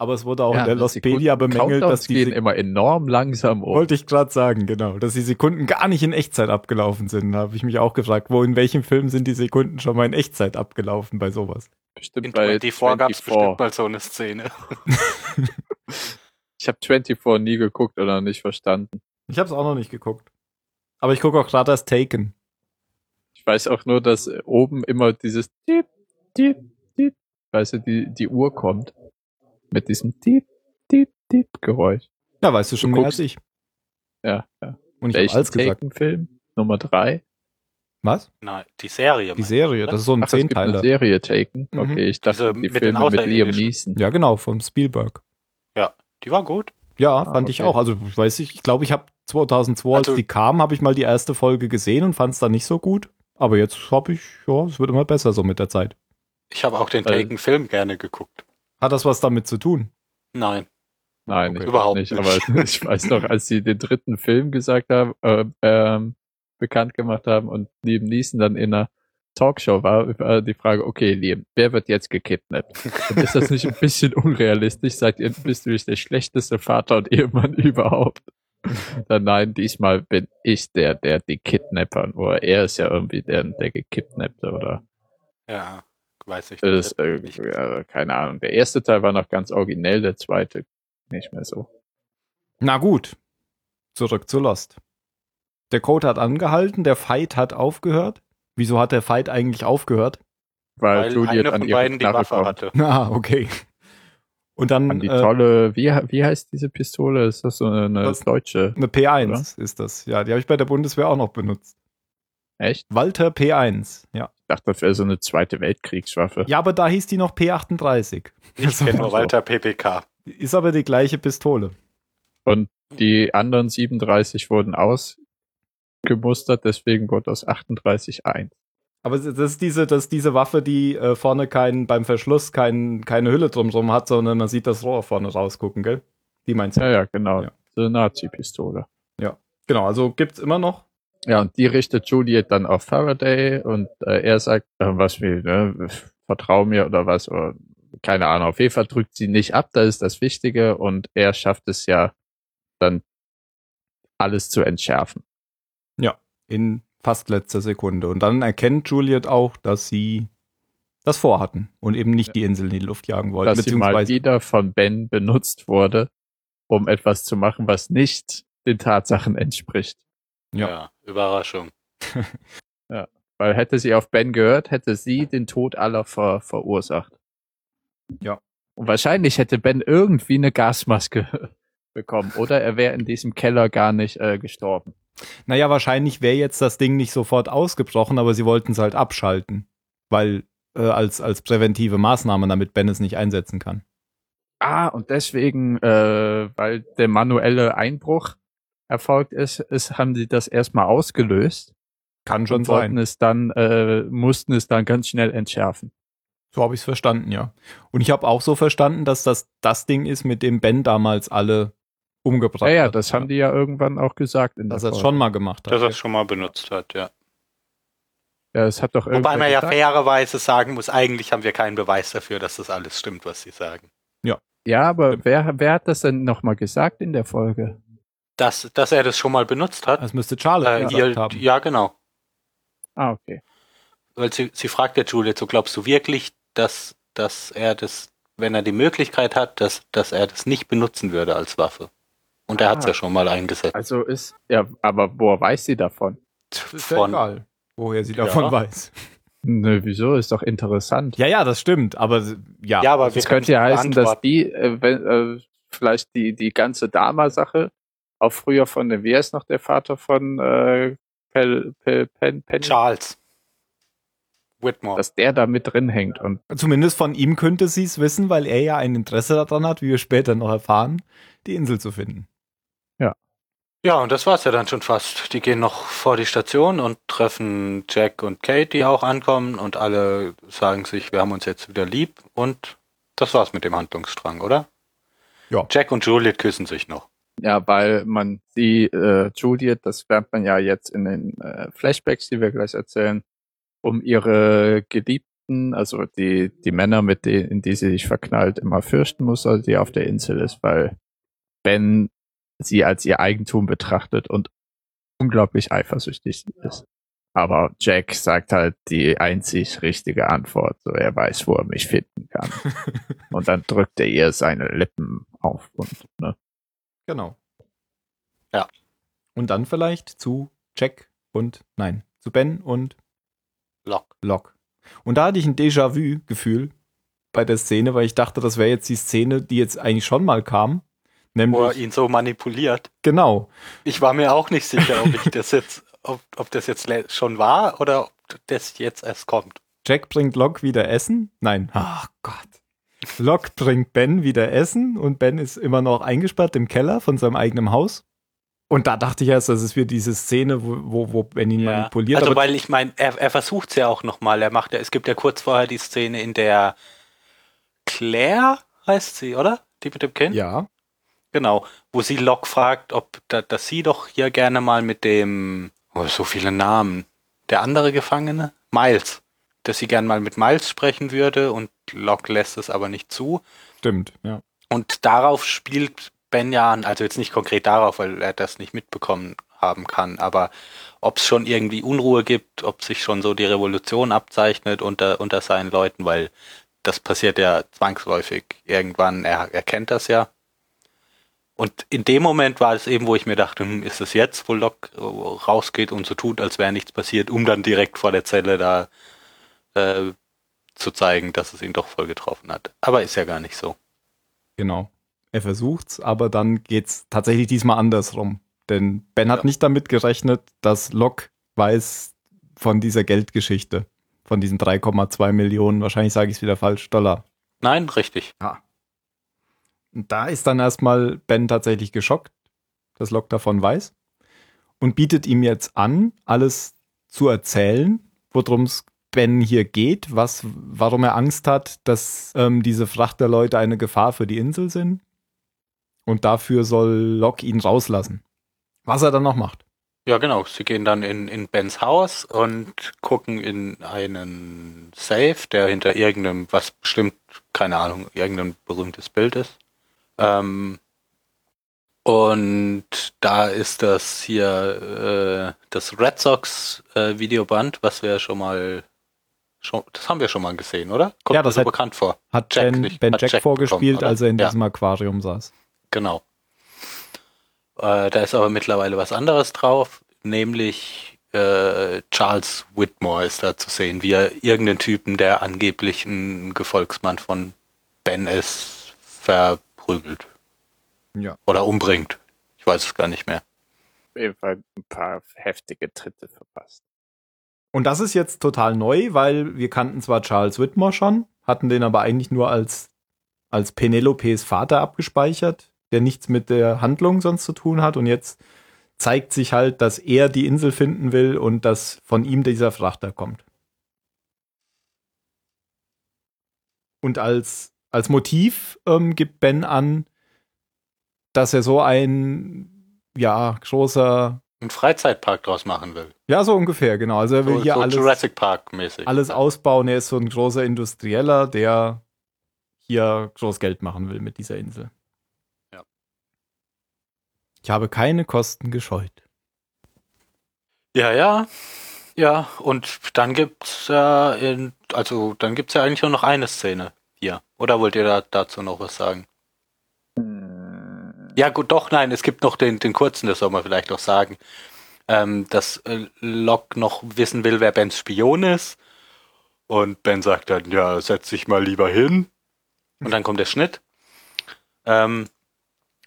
Speaker 2: Aber es wurde auch
Speaker 1: Ja,
Speaker 2: in der
Speaker 1: die
Speaker 2: Lostpedia
Speaker 1: Sekunden-
Speaker 2: bemängelt, dass
Speaker 1: Countdowns
Speaker 2: die
Speaker 1: gehen immer enorm langsam um.
Speaker 2: wollte ich gerade sagen, genau, dass die Sekunden gar nicht in Echtzeit abgelaufen sind. Da habe ich mich auch gefragt, wo in welchem Film sind die Sekunden schon mal in Echtzeit abgelaufen bei sowas?
Speaker 1: Bestimmt
Speaker 3: In
Speaker 1: bei
Speaker 3: 24 gab es
Speaker 1: 24.
Speaker 3: bestimmt mal so eine Szene.
Speaker 1: Ich habe 24 nie geguckt oder nicht verstanden.
Speaker 2: Ich habe es auch noch nicht geguckt. Aber ich gucke auch gerade das Taken.
Speaker 1: Ich weiß auch nur, dass oben immer dieses Tipp, Tipp, Tipp, weißt du, die, die Uhr kommt. Mit diesem Tipp, Tipp, Tipp Geräusch.
Speaker 2: Ja, weißt du schon
Speaker 1: Du
Speaker 2: mehr als
Speaker 1: guckst-
Speaker 2: ich.
Speaker 1: Ja, ja.
Speaker 2: Und ich habe
Speaker 1: Welchen
Speaker 2: alles gesagt.
Speaker 1: Taken-Film? Nummer drei.
Speaker 2: Was?
Speaker 3: Nein, die Serie.
Speaker 2: Die
Speaker 3: meinst ne?
Speaker 2: Serie,
Speaker 3: oder?
Speaker 2: das ist so ein
Speaker 1: Ach, es gibt eine
Speaker 2: Zehnteiler.
Speaker 1: Serie Taken.
Speaker 2: Mhm.
Speaker 1: Okay, ich dachte, die
Speaker 3: Diese Also mit den
Speaker 1: Filme mit Liam
Speaker 3: Außerirdischen.
Speaker 1: Neeson.
Speaker 2: Ja, genau, vom Spielberg.
Speaker 3: du? Die war gut.
Speaker 2: Ja,
Speaker 1: Ah,
Speaker 2: fand ich
Speaker 1: okay.
Speaker 2: auch. Also, ich weiß ich, ich glaube, ich habe 2002, als
Speaker 3: Also-
Speaker 2: die kam, habe ich mal die erste Folge gesehen und fand es dann nicht so gut. Aber jetzt habe ich, ja, es wird immer besser so mit der Zeit.
Speaker 3: Ich habe auch den
Speaker 1: Äh,
Speaker 3: Taken-Film gerne geguckt.
Speaker 2: Hat das was damit zu tun?
Speaker 3: Nein.
Speaker 1: Nein,
Speaker 2: Okay.
Speaker 1: ich
Speaker 3: Überhaupt
Speaker 1: nicht.
Speaker 3: nicht.
Speaker 1: Aber [laughs] ich weiß noch, als sie den dritten Film gesagt haben, äh, ähm, bekannt gemacht haben und Liam Neeson dann in einer Talkshow war, war die Frage, okay, Liam, wer wird jetzt gekidnappt? Und ist das nicht ein bisschen unrealistisch? Seid ihr, bist du nicht der schlechteste Vater und Ehemann [laughs] überhaupt? Dann nein, diesmal bin ich der, der die Kidnapper, nur er ist ja irgendwie der, der gekidnappte, oder?
Speaker 3: Ja, weiß ich
Speaker 1: Das ist
Speaker 3: nicht.
Speaker 1: irgendwie, äh, keine Ahnung. Der erste Teil war noch ganz originell, der zweite nicht mehr so.
Speaker 2: Na gut, zurück zu Lost. Der Code hat angehalten, der Fight hat aufgehört. Wieso hat der Fight eigentlich aufgehört? [laughs]
Speaker 1: Weil,
Speaker 3: Weil
Speaker 1: Juliet
Speaker 3: einer
Speaker 1: an
Speaker 3: von
Speaker 1: ihre
Speaker 3: beiden die
Speaker 1: Knarre
Speaker 3: Waffe
Speaker 1: kommt.
Speaker 3: hatte.
Speaker 2: Ah, okay. Und dann
Speaker 1: An die
Speaker 2: äh,
Speaker 1: tolle, wie, wie heißt diese Pistole? Ist das so eine
Speaker 2: Was?
Speaker 1: deutsche?
Speaker 2: eine P1 ist das. Ja, die habe ich bei der Bundeswehr auch noch benutzt.
Speaker 1: Echt?
Speaker 2: Walter P1, ja.
Speaker 1: Ich dachte, das wäre so eine zweite Weltkriegswaffe.
Speaker 2: Ja, aber da hieß die noch P38.
Speaker 3: Ich
Speaker 2: [laughs]
Speaker 3: kenne nur Walter PPK.
Speaker 2: Ist aber die gleiche Pistole.
Speaker 1: Und die anderen 37 wurden ausgemustert, deswegen wurde aus 38 ein.
Speaker 2: Aber das ist diese, das ist diese Waffe, die äh, vorne keinen, beim Verschluss kein, keine Hülle drumrum hat, sondern man sieht das Rohr vorne rausgucken, gell? Die meinst du?
Speaker 1: Ja, ja, genau.
Speaker 2: Ja.
Speaker 1: So eine Nazi-Pistole.
Speaker 2: Genau, also gibt's immer noch.
Speaker 1: Ja, und die richtet Juliet dann auf Faraday und äh, er sagt, äh, was will, ne? Vertrau mir oder was, oder keine Ahnung. Auf jeden Fall drückt sie nicht ab, das ist das Wichtige und er schafft es ja dann alles zu entschärfen.
Speaker 2: in fast letzter Sekunde. Und dann erkennt Juliet auch, dass sie das vorhatten und eben nicht die Insel in die Luft jagen wollten.
Speaker 1: dass sie mal
Speaker 2: beziehungsweise
Speaker 1: wieder von Ben benutzt wurde, um etwas zu machen, was nicht den Tatsachen entspricht.
Speaker 2: Ja.
Speaker 3: Ja. Überraschung.
Speaker 1: Weil hätte sie auf Ben gehört, hätte sie den Tod aller ver verursacht.
Speaker 2: Ja.
Speaker 1: Und wahrscheinlich hätte Ben irgendwie eine Gasmaske [laughs] bekommen oder er wäre in diesem Keller gar nicht äh, gestorben.
Speaker 2: naja, wahrscheinlich wäre jetzt das Ding nicht sofort ausgebrochen, aber sie wollten es halt abschalten. Weil äh, als, als präventive Maßnahme, damit Ben es nicht einsetzen kann.
Speaker 1: Ah, und deswegen, äh, weil der manuelle Einbruch erfolgt ist, ist haben sie das erstmal ausgelöst
Speaker 2: Kann schon
Speaker 1: und wollten
Speaker 2: sein.
Speaker 1: es dann, äh, mussten es dann ganz schnell entschärfen.
Speaker 2: So habe ich es verstanden, ja. Und ich habe auch so verstanden, dass das das Ding ist, mit dem Ben damals alle umgebracht
Speaker 1: Ja, ja,
Speaker 2: hat.
Speaker 1: das haben die ja irgendwann auch gesagt. In
Speaker 2: Dass
Speaker 1: der
Speaker 2: er es
Speaker 1: Folge.
Speaker 2: schon mal gemacht hat.
Speaker 3: Dass er es schon mal benutzt hat, ja.
Speaker 1: Äh, Ja, das hat doch
Speaker 3: Wobei
Speaker 1: irgendwer
Speaker 3: man ja
Speaker 1: gesagt.
Speaker 3: fairerweise sagen muss, eigentlich haben wir keinen Beweis dafür, dass das alles stimmt, was sie sagen.
Speaker 1: Ja, aber wer, wer hat das denn nochmal gesagt in der Folge?
Speaker 3: Dass, dass er das schon mal benutzt hat.
Speaker 2: das müsste Charlotte
Speaker 3: äh,
Speaker 2: gesagt
Speaker 3: ihr,
Speaker 2: haben.
Speaker 3: ja, genau.
Speaker 1: Ah, okay.
Speaker 3: Weil sie, sie fragt ja Juliet, so glaubst du wirklich, dass, dass er das, wenn er die Möglichkeit hat, dass, dass er das nicht benutzen würde als Waffe? Und er hat es
Speaker 1: Ah.
Speaker 3: ja schon mal eingesetzt.
Speaker 1: Also ist, ja, aber woher weiß sie davon?
Speaker 2: Ist ja
Speaker 3: Von,
Speaker 2: egal, woher sie davon
Speaker 3: Ja.
Speaker 2: weiß.
Speaker 1: Nö, wieso? Ist doch interessant.
Speaker 2: Ja, ja, das stimmt, aber s- ja.
Speaker 3: ja, aber wir
Speaker 1: das könnte ja
Speaker 3: können's
Speaker 1: heißen, dass
Speaker 3: beantworten.
Speaker 1: die, äh, wenn, äh, vielleicht die, die ganze Dama-Sache, auch früher von, dem- wer ist noch der Vater von äh, Pel, Pel, Pen, Pen,
Speaker 3: Charles Whitmore.
Speaker 1: dass der da mit drin hängt und
Speaker 2: Zumindest von ihm könnte sie es wissen, weil er ja ein Interesse daran hat, wie wir später noch erfahren, die Insel zu finden. [laughs]
Speaker 3: Ja, und das war's ja dann schon fast. Die gehen noch vor die Station und treffen Jack und Kate, die auch ankommen und alle sagen sich, wir haben uns jetzt wieder lieb und das war's mit dem Handlungsstrang, oder?
Speaker 2: Ja.
Speaker 3: Jack und Juliet küssen sich noch.
Speaker 1: Ja, weil man die äh, Juliet, das lernt man ja jetzt in den äh, Flashbacks, die wir gleich erzählen, um ihre Geliebten, also die, die Männer, mit denen, in die sie sich verknallt, immer fürchten muss, also die auf der Insel ist, weil Ben sie als ihr Eigentum betrachtet und unglaublich eifersüchtig ist. Aber Jack sagt halt die einzig richtige Antwort, so er weiß, wo er mich finden kann. und dann drückt er ihr seine Lippen auf und ne,
Speaker 2: Genau.
Speaker 3: Ja.
Speaker 2: Und dann vielleicht zu Jack und, nein, zu Ben und
Speaker 3: Lock.
Speaker 2: Locke. Und da hatte ich ein Déjà-vu-Gefühl bei der Szene, weil ich dachte, das wäre jetzt die Szene, die jetzt eigentlich schon mal kam.
Speaker 3: Wo er
Speaker 2: Nämlich,
Speaker 3: ihn so manipuliert.
Speaker 2: genau.
Speaker 3: Ich war mir auch nicht sicher, ob ich das jetzt, ob, ob das jetzt le- schon war oder ob das jetzt erst kommt.
Speaker 2: Jack bringt Locke wieder Essen? Nein. Ach Gott. Locke bringt Ben wieder Essen und Ben ist immer noch eingesperrt im Keller von seinem eigenen Haus. Und da dachte ich erst, das ist wieder diese Szene, wo, wo, wo Ben ihn manipuliert.
Speaker 3: also
Speaker 2: aber
Speaker 3: weil ich meine, er, er versucht es ja auch nochmal. Er macht ja, es gibt ja kurz vorher die Szene, in der Claire heißt sie, oder? Die mit dem Kind?
Speaker 2: ja,
Speaker 3: Genau, wo sie Locke fragt, ob da, dass sie doch hier gerne mal mit dem, oh, so viele Namen, der andere Gefangene, Miles, dass sie gerne mal mit Miles sprechen würde und Locke lässt es aber nicht zu.
Speaker 2: stimmt. Ja.
Speaker 3: Und darauf spielt Ben ja an, also jetzt nicht konkret darauf, weil er das nicht mitbekommen haben kann, aber ob es schon irgendwie Unruhe gibt, ob sich schon so die Revolution abzeichnet unter, unter seinen Leuten, weil das passiert ja zwangsläufig irgendwann, er, er kennt das ja. Und in dem Moment war es eben, wo ich mir dachte, hm, ist es jetzt, wo Locke äh, rausgeht und so tut, als wäre nichts passiert, um dann direkt vor der Zelle da äh, zu zeigen, dass es ihn doch voll getroffen hat. Aber ist ja gar nicht so.
Speaker 2: Genau. Er versucht's, aber dann geht's tatsächlich diesmal andersrum. Denn Ben hat
Speaker 3: Ja.
Speaker 2: nicht damit gerechnet, dass Locke weiß von dieser Geldgeschichte, von diesen 3,2 Millionen, wahrscheinlich sage ich es wieder falsch, Dollar.
Speaker 3: Nein, richtig.
Speaker 2: Und da ist dann erstmal Ben tatsächlich geschockt, dass Locke davon weiß und bietet ihm jetzt an, alles zu erzählen, worum es Ben hier geht, was, warum er Angst hat, dass ähm, diese Frachterleute eine Gefahr für die Insel sind. Und dafür soll Locke ihn rauslassen. Was er dann noch macht.
Speaker 3: Ja, genau. Sie gehen dann in, in Bens Haus und gucken in einen Safe, der hinter irgendeinem, was bestimmt, keine Ahnung, irgendein berühmtes Bild ist. Ähm, und da ist das hier äh, das Red Sox äh, Videoband, was wir schon mal, schon, das haben wir schon mal gesehen, oder? Kommt
Speaker 2: Ja, das
Speaker 3: mir so
Speaker 2: hat-
Speaker 3: bekannt vor.
Speaker 2: Hat
Speaker 3: Jack
Speaker 2: Ben,
Speaker 3: nicht-
Speaker 2: ben
Speaker 3: hat
Speaker 2: Jack,
Speaker 3: Jack
Speaker 2: vorgespielt,
Speaker 3: bekommen, oder?
Speaker 2: als er in
Speaker 3: Ja.
Speaker 2: diesem Aquarium saß.
Speaker 3: Genau. Äh, da ist aber mittlerweile was anderes drauf, nämlich äh, Charles Whitmore ist da zu sehen, wie er irgendeinen Typen, der angeblich ein Gefolgsmann von Ben ist, verprügelt
Speaker 2: Ja.
Speaker 3: oder umbringt. Ich weiß es gar nicht mehr.
Speaker 1: Auf jeden Fall ein paar heftige Tritte verpasst.
Speaker 2: Und das ist jetzt total neu, weil wir kannten zwar Charles Whitmore schon, hatten den aber eigentlich nur als, als Penelopes Vater abgespeichert, der nichts mit der Handlung sonst zu tun hat. Und jetzt zeigt sich halt, dass er die Insel finden will und dass von ihm dieser Frachter kommt. Und als, als Motiv ähm, gibt Ben an, dass er so ein, ja, großer,
Speaker 3: Einen Freizeitpark draus machen will.
Speaker 2: ja, so ungefähr, genau. Also er will
Speaker 3: So,
Speaker 2: hier
Speaker 3: so
Speaker 2: alles
Speaker 3: Jurassic Park mäßig.
Speaker 2: alles ausbauen. Er ist so ein großer Industrieller, der hier groß Geld machen will mit dieser Insel.
Speaker 3: Ja.
Speaker 2: Ich habe keine Kosten
Speaker 3: [laughs]
Speaker 2: gescheut.
Speaker 3: Ja, ja. Ja, und dann gibt's ja in, also dann gibt's ja eigentlich nur noch eine Szene hier. Oder wollt ihr da dazu noch was sagen? Ja, gut, doch, nein, es gibt noch den, den kurzen, das soll man vielleicht noch sagen, ähm, dass äh, Locke noch wissen will, wer Bens Spion ist. Und Ben sagt dann, ja, setz dich mal lieber hin. Und dann kommt der Schnitt. Ähm,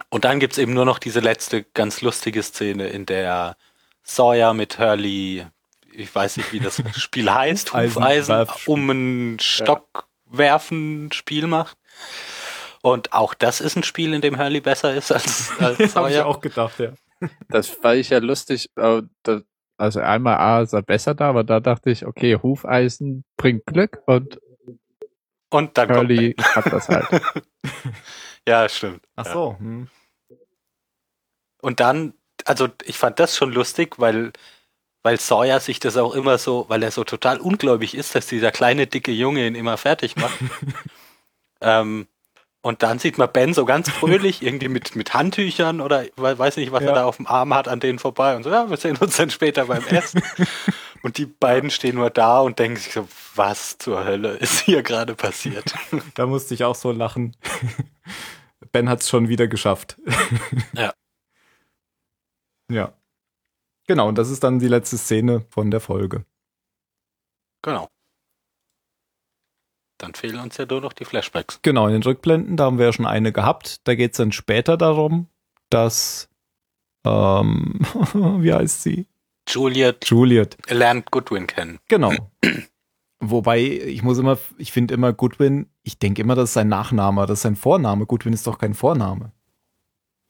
Speaker 3: und dann gibt's eben nur noch diese letzte ganz lustige Szene, in der Sawyer mit Hurley, ich weiß nicht, wie das Spiel heißt,
Speaker 2: Hufeisen-
Speaker 3: Hufeisen
Speaker 2: Werfspiel.
Speaker 3: um einen Stock werfen Spiel macht. Und auch das ist ein Spiel, in dem Hurley besser
Speaker 2: [laughs]
Speaker 3: ist als, als
Speaker 2: Hab
Speaker 3: Sawyer.
Speaker 2: gedacht, ja.
Speaker 1: Das fand ich ja lustig. aber das- Also einmal A sah besser da, aber da dachte ich, okay, Hufeisen bringt Glück und
Speaker 3: Und dann kommt
Speaker 1: Curly hat das
Speaker 3: [laughs]
Speaker 1: halt.
Speaker 3: Ja, stimmt.
Speaker 2: Ach so. Hm.
Speaker 3: Und dann, also ich fand das schon lustig, weil, weil Sawyer sich das auch immer so, weil er so total ungläubig ist, dass dieser kleine, dicke Junge ihn immer
Speaker 2: [laughs]
Speaker 3: fertig macht. ähm, und dann sieht man Ben so ganz fröhlich, irgendwie mit, mit Handtüchern oder we- weiß nicht, was
Speaker 2: Ja.
Speaker 3: er da auf dem Arm hat, an denen vorbei und so, ja, wir sehen uns dann später beim
Speaker 2: [laughs]
Speaker 3: Essen. und die beiden stehen nur da und denken sich so, was zur Hölle ist hier gerade passiert?
Speaker 2: Da musste ich auch so lachen. [laughs] ben hat es schon wieder geschafft.
Speaker 3: Ja.
Speaker 2: [laughs] Ja. Genau, und das ist dann die letzte Szene von der Folge.
Speaker 3: genau. Dann fehlen uns ja nur noch die Flashbacks.
Speaker 2: Genau, in den Rückblenden, da haben wir ja schon eine gehabt. Da geht es dann später darum, dass, ähm, [laughs] wie heißt sie?
Speaker 3: Juliet
Speaker 2: Juliet.
Speaker 3: lernt Goodwin kennen.
Speaker 2: Genau. Wobei, ich muss immer, ich finde immer Goodwin, ich denke immer, das ist sein Nachname, das ist sein Vorname. Goodwin ist doch kein Vorname.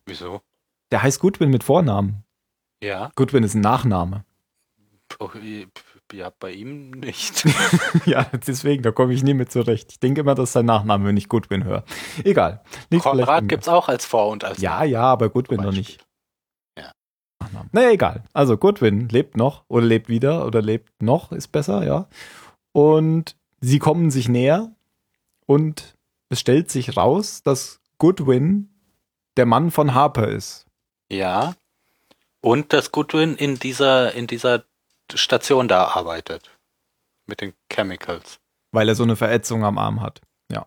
Speaker 3: Wieso?
Speaker 2: Der heißt Goodwin mit Vornamen.
Speaker 3: Ja,
Speaker 2: Goodwin ist ein Nachname. [laughs]
Speaker 3: oh, ich- ja, bei
Speaker 2: [laughs]
Speaker 3: ihm nicht.
Speaker 2: ja, deswegen, da komme ich nie mit zurecht. Ich denke immer, das ist sein Nachname, wenn ich Goodwin höre. Egal. Liegt vielleicht an
Speaker 3: Konrad
Speaker 2: mir.
Speaker 3: gibt's auch als Vor- und als
Speaker 2: Ja, ja, aber
Speaker 3: zum
Speaker 2: Goodwin noch
Speaker 3: Beispiel.
Speaker 2: nicht.
Speaker 3: Ja.
Speaker 2: Nachnamen. Naja, egal. Also Goodwin lebt noch oder lebt wieder oder lebt noch, ist besser, ja. Und sie kommen sich näher und es stellt sich raus, dass Goodwin der Mann von Harper ist.
Speaker 3: Ja. Und dass Goodwin in dieser, in dieser Station da arbeitet. Mit den Chemicals.
Speaker 2: Weil er so eine Verätzung am Arm hat.
Speaker 3: Ja,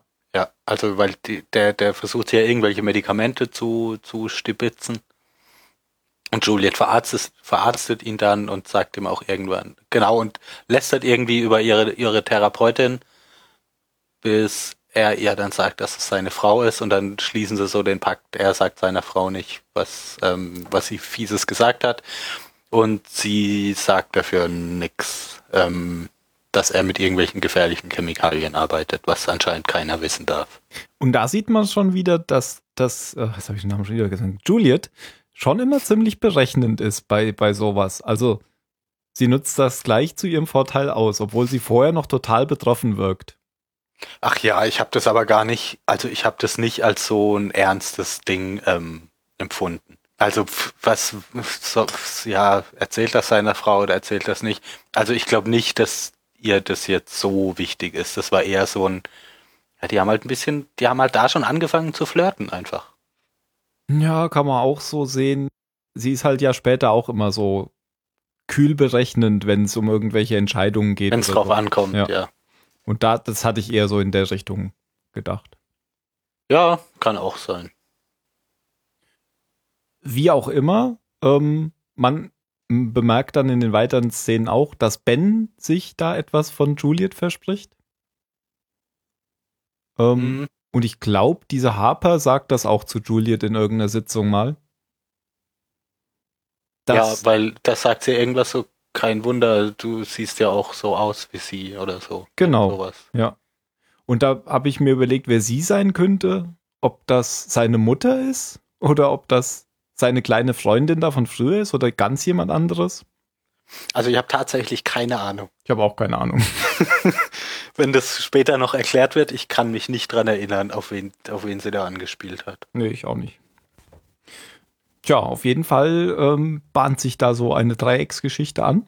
Speaker 3: also weil die, der, der versucht ja irgendwelche Medikamente zu, zu stibitzen. Und Juliet verarztet, verarztet ihn dann und sagt ihm auch irgendwann, genau, und lästert irgendwie über ihre, ihre Therapeutin, bis er ihr dann sagt, dass es seine Frau ist und dann schließen sie so den Pakt, er sagt seiner Frau nicht, was, ähm, was sie Fieses gesagt hat. Und sie sagt dafür nix. Ähm, dass er mit irgendwelchen gefährlichen Chemikalien arbeitet, was anscheinend keiner wissen darf.
Speaker 2: Und da sieht man schon wieder, dass das, äh, jetzt habe ich den Namen schon wieder gesagt, Juliet schon immer ziemlich berechnend ist bei, bei sowas. Also sie nutzt das gleich zu ihrem Vorteil aus, obwohl sie vorher noch total betroffen wirkt.
Speaker 3: Ach ja, ich habe das aber gar nicht, also ich habe das nicht als so ein ernstes Ding ähm, empfunden. Also pf, was, so, ja, erzählt das seiner Frau oder erzählt das nicht? Also ich glaube nicht, dass ihr das jetzt so wichtig ist. Das war eher so ein, ja, die haben halt ein bisschen, die haben halt da schon angefangen zu flirten einfach.
Speaker 2: Ja, kann man auch so sehen. Sie ist halt ja später auch immer so kühl berechnend, wenn es um irgendwelche Entscheidungen geht.
Speaker 3: Wenn es
Speaker 2: oder
Speaker 3: drauf
Speaker 2: so.
Speaker 3: ankommt,
Speaker 2: Ja.
Speaker 3: ja. ja.
Speaker 2: Und da, das hatte ich eher so in der Richtung gedacht.
Speaker 3: kann auch sein.
Speaker 2: Wie auch immer, ähm, man m- bemerkt dann in den weiteren Szenen auch, dass Ben sich da etwas von Juliet verspricht. Ähm,
Speaker 3: Mhm.
Speaker 2: Und ich glaube, diese Harper sagt das auch zu Juliet in irgendeiner Sitzung mal.
Speaker 3: Ja,
Speaker 2: Das,
Speaker 3: weil das sagt sie irgendwas so, kein Wunder, du siehst ja auch so aus wie sie oder so.
Speaker 2: Genau.
Speaker 3: Sowas.
Speaker 2: und da habe ich mir überlegt, wer sie sein könnte, ob das seine Mutter ist oder ob das seine kleine Freundin da von früher ist oder ganz jemand anderes.
Speaker 3: Also ich habe tatsächlich keine Ahnung.
Speaker 2: Ich habe auch keine Ahnung. [laughs]
Speaker 3: Wenn das später noch erklärt wird, ich kann mich nicht dran erinnern, auf wen, auf wen sie da angespielt hat.
Speaker 2: Nee, ich auch nicht. Tja, auf jeden Fall ähm, bahnt sich da so eine Dreiecksgeschichte an.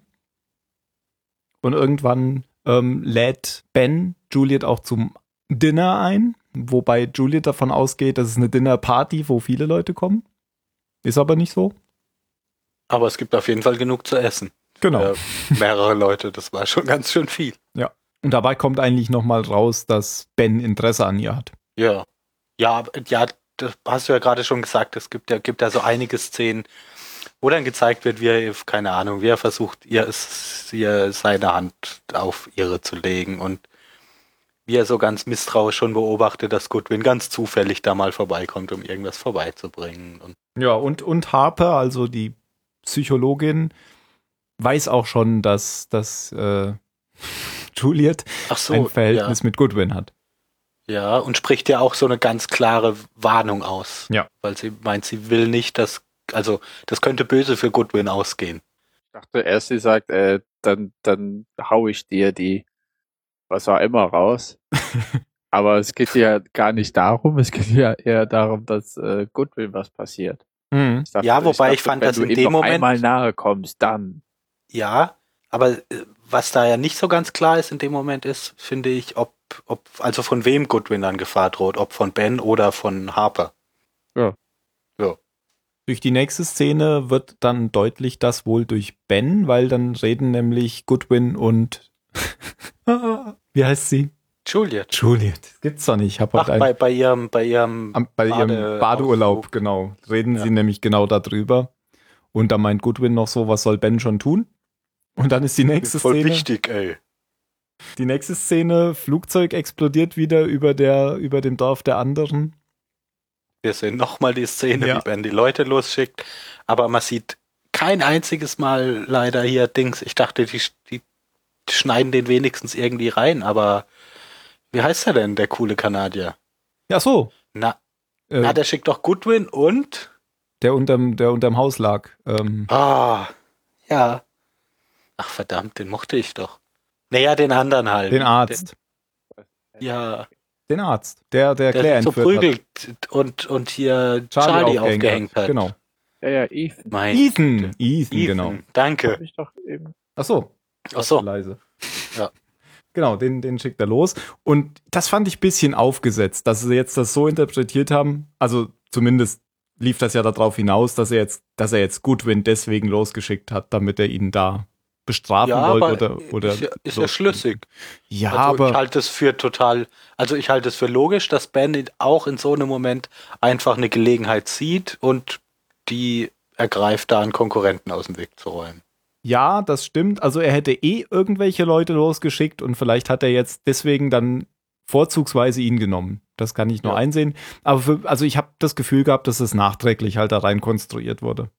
Speaker 2: Und irgendwann ähm, lädt Ben Juliet auch zum Dinner ein, wobei Juliet davon ausgeht, dass es eine Dinnerparty, wo viele Leute kommen. Ist aber nicht so.
Speaker 3: Aber es gibt auf jeden Fall genug zu essen.
Speaker 2: Genau.
Speaker 3: Äh, mehrere Leute, das war schon ganz schön viel.
Speaker 2: Und dabei kommt eigentlich nochmal raus, dass Ben Interesse an ihr hat.
Speaker 3: Ja. Ja, ja, das hast du ja gerade schon gesagt, es gibt ja, gibt ja so einige Szenen, wo dann gezeigt wird, wie er, keine Ahnung, wie er versucht, ihr, es- ihr seine Hand auf ihre zu legen und wie er so ganz misstrauisch schon beobachtet, dass Goodwin ganz zufällig da mal vorbeikommt, um irgendwas vorbeizubringen. Und
Speaker 2: Ja, und, und Harper, also die Psychologin, weiß auch schon, dass, dass äh, [laughs] Juliet
Speaker 3: Ach so,
Speaker 2: ein Verhältnis mit Goodwin hat.
Speaker 3: ja, ja, und spricht ja auch so eine ganz klare Warnung aus.
Speaker 2: Ja.
Speaker 3: Weil sie meint, sie will nicht, dass, also, das könnte böse für Goodwin ausgehen.
Speaker 1: Ich dachte erst, sie sagt, äh, dann, dann hau ich dir die, was auch immer,
Speaker 3: [laughs]
Speaker 1: raus. Aber es geht ja gar nicht darum, es geht ja eher darum, dass äh, Goodwill was passiert.
Speaker 2: Mhm.
Speaker 1: Ich dachte,
Speaker 3: Ja, wobei ich
Speaker 1: dachte,
Speaker 3: fand,
Speaker 1: wenn
Speaker 3: dass
Speaker 1: du
Speaker 3: in
Speaker 1: ihm
Speaker 3: dem
Speaker 1: noch
Speaker 3: Moment-
Speaker 1: einmal nahe kommst, dann.
Speaker 3: Ja, aber äh, was da ja nicht so ganz klar ist in dem Moment ist, finde ich, ob, ob, also von wem Goodwin dann Gefahr droht, ob von Ben oder von Harper.
Speaker 2: Durch die nächste Szene wird dann deutlich, dass wohl durch Ben, weil dann reden nämlich Goodwin und [laughs] wie heißt sie?
Speaker 3: Juliet.
Speaker 2: Juliet. Das gibt's doch nicht. Ich hab
Speaker 3: Ach,
Speaker 2: heute
Speaker 3: bei, bei ihrem, bei ihrem,
Speaker 2: Am, bei ihrem
Speaker 3: Bade-
Speaker 2: Badeurlaub,
Speaker 3: Ausflug.
Speaker 2: genau. Reden
Speaker 3: Ja.
Speaker 2: sie nämlich genau darüber. Und da meint Goodwin noch so, was soll Ben schon tun? Und dann ist die nächste
Speaker 3: voll
Speaker 2: Szene.
Speaker 3: wichtig, ey.
Speaker 2: Die nächste Szene, Flugzeug explodiert wieder über, der, über dem Dorf der anderen.
Speaker 3: Wir sehen nochmal die Szene,
Speaker 2: Ja.
Speaker 3: wie Ben die Leute losschickt, aber man sieht kein einziges Mal leider hier Dings. Ich dachte, die, sch- die schneiden den wenigstens irgendwie rein, aber wie heißt er denn, der coole Kanadier?
Speaker 2: Ja, so.
Speaker 3: Na,
Speaker 2: Äh,
Speaker 3: na der schickt doch Goodwin und
Speaker 2: der, unterm, der unterm Haus lag. Ähm,
Speaker 3: Ah, ja. Ach verdammt, den mochte ich doch. Naja, den anderen halt.
Speaker 2: den Arzt.
Speaker 3: Den, ja,
Speaker 2: Den Arzt. Der, der,
Speaker 3: der
Speaker 2: Claire
Speaker 3: sich so
Speaker 2: entführt hat.
Speaker 3: prügelt und, und hier Charlie, aufgehängt hat.
Speaker 2: Genau.
Speaker 1: Ja, ja, Ethan.
Speaker 3: Mein
Speaker 2: Ethan. Ethan, genau.
Speaker 3: Danke.
Speaker 1: Hab ich doch eben.
Speaker 2: Ach so,
Speaker 3: Ach so,
Speaker 2: leise.
Speaker 3: Ja.
Speaker 2: Genau, den, den schickt er los. Und das fand ich ein bisschen aufgesetzt, dass sie jetzt das so interpretiert haben. Also zumindest lief das ja darauf hinaus, dass er jetzt, dass er jetzt Goodwin deswegen losgeschickt hat, damit er ihn da bestrafen
Speaker 3: Ja,
Speaker 2: wollte
Speaker 3: aber
Speaker 2: oder, oder
Speaker 3: ist ja, ist ja
Speaker 2: losgeschickt.
Speaker 3: schlüssig.
Speaker 2: Ja,
Speaker 3: also ich
Speaker 2: aber
Speaker 3: halte es für total, also ich halte es für logisch, dass Bandit auch in so einem Moment einfach eine Gelegenheit sieht und die ergreift, da einen Konkurrenten aus dem Weg zu räumen.
Speaker 2: ja, das stimmt. Also er hätte eh irgendwelche Leute losgeschickt und vielleicht hat er jetzt deswegen dann vorzugsweise ihn genommen. Das kann ich nur
Speaker 3: Ja.
Speaker 2: einsehen. Aber für, also ich habe das Gefühl gehabt, dass es nachträglich halt da rein konstruiert wurde.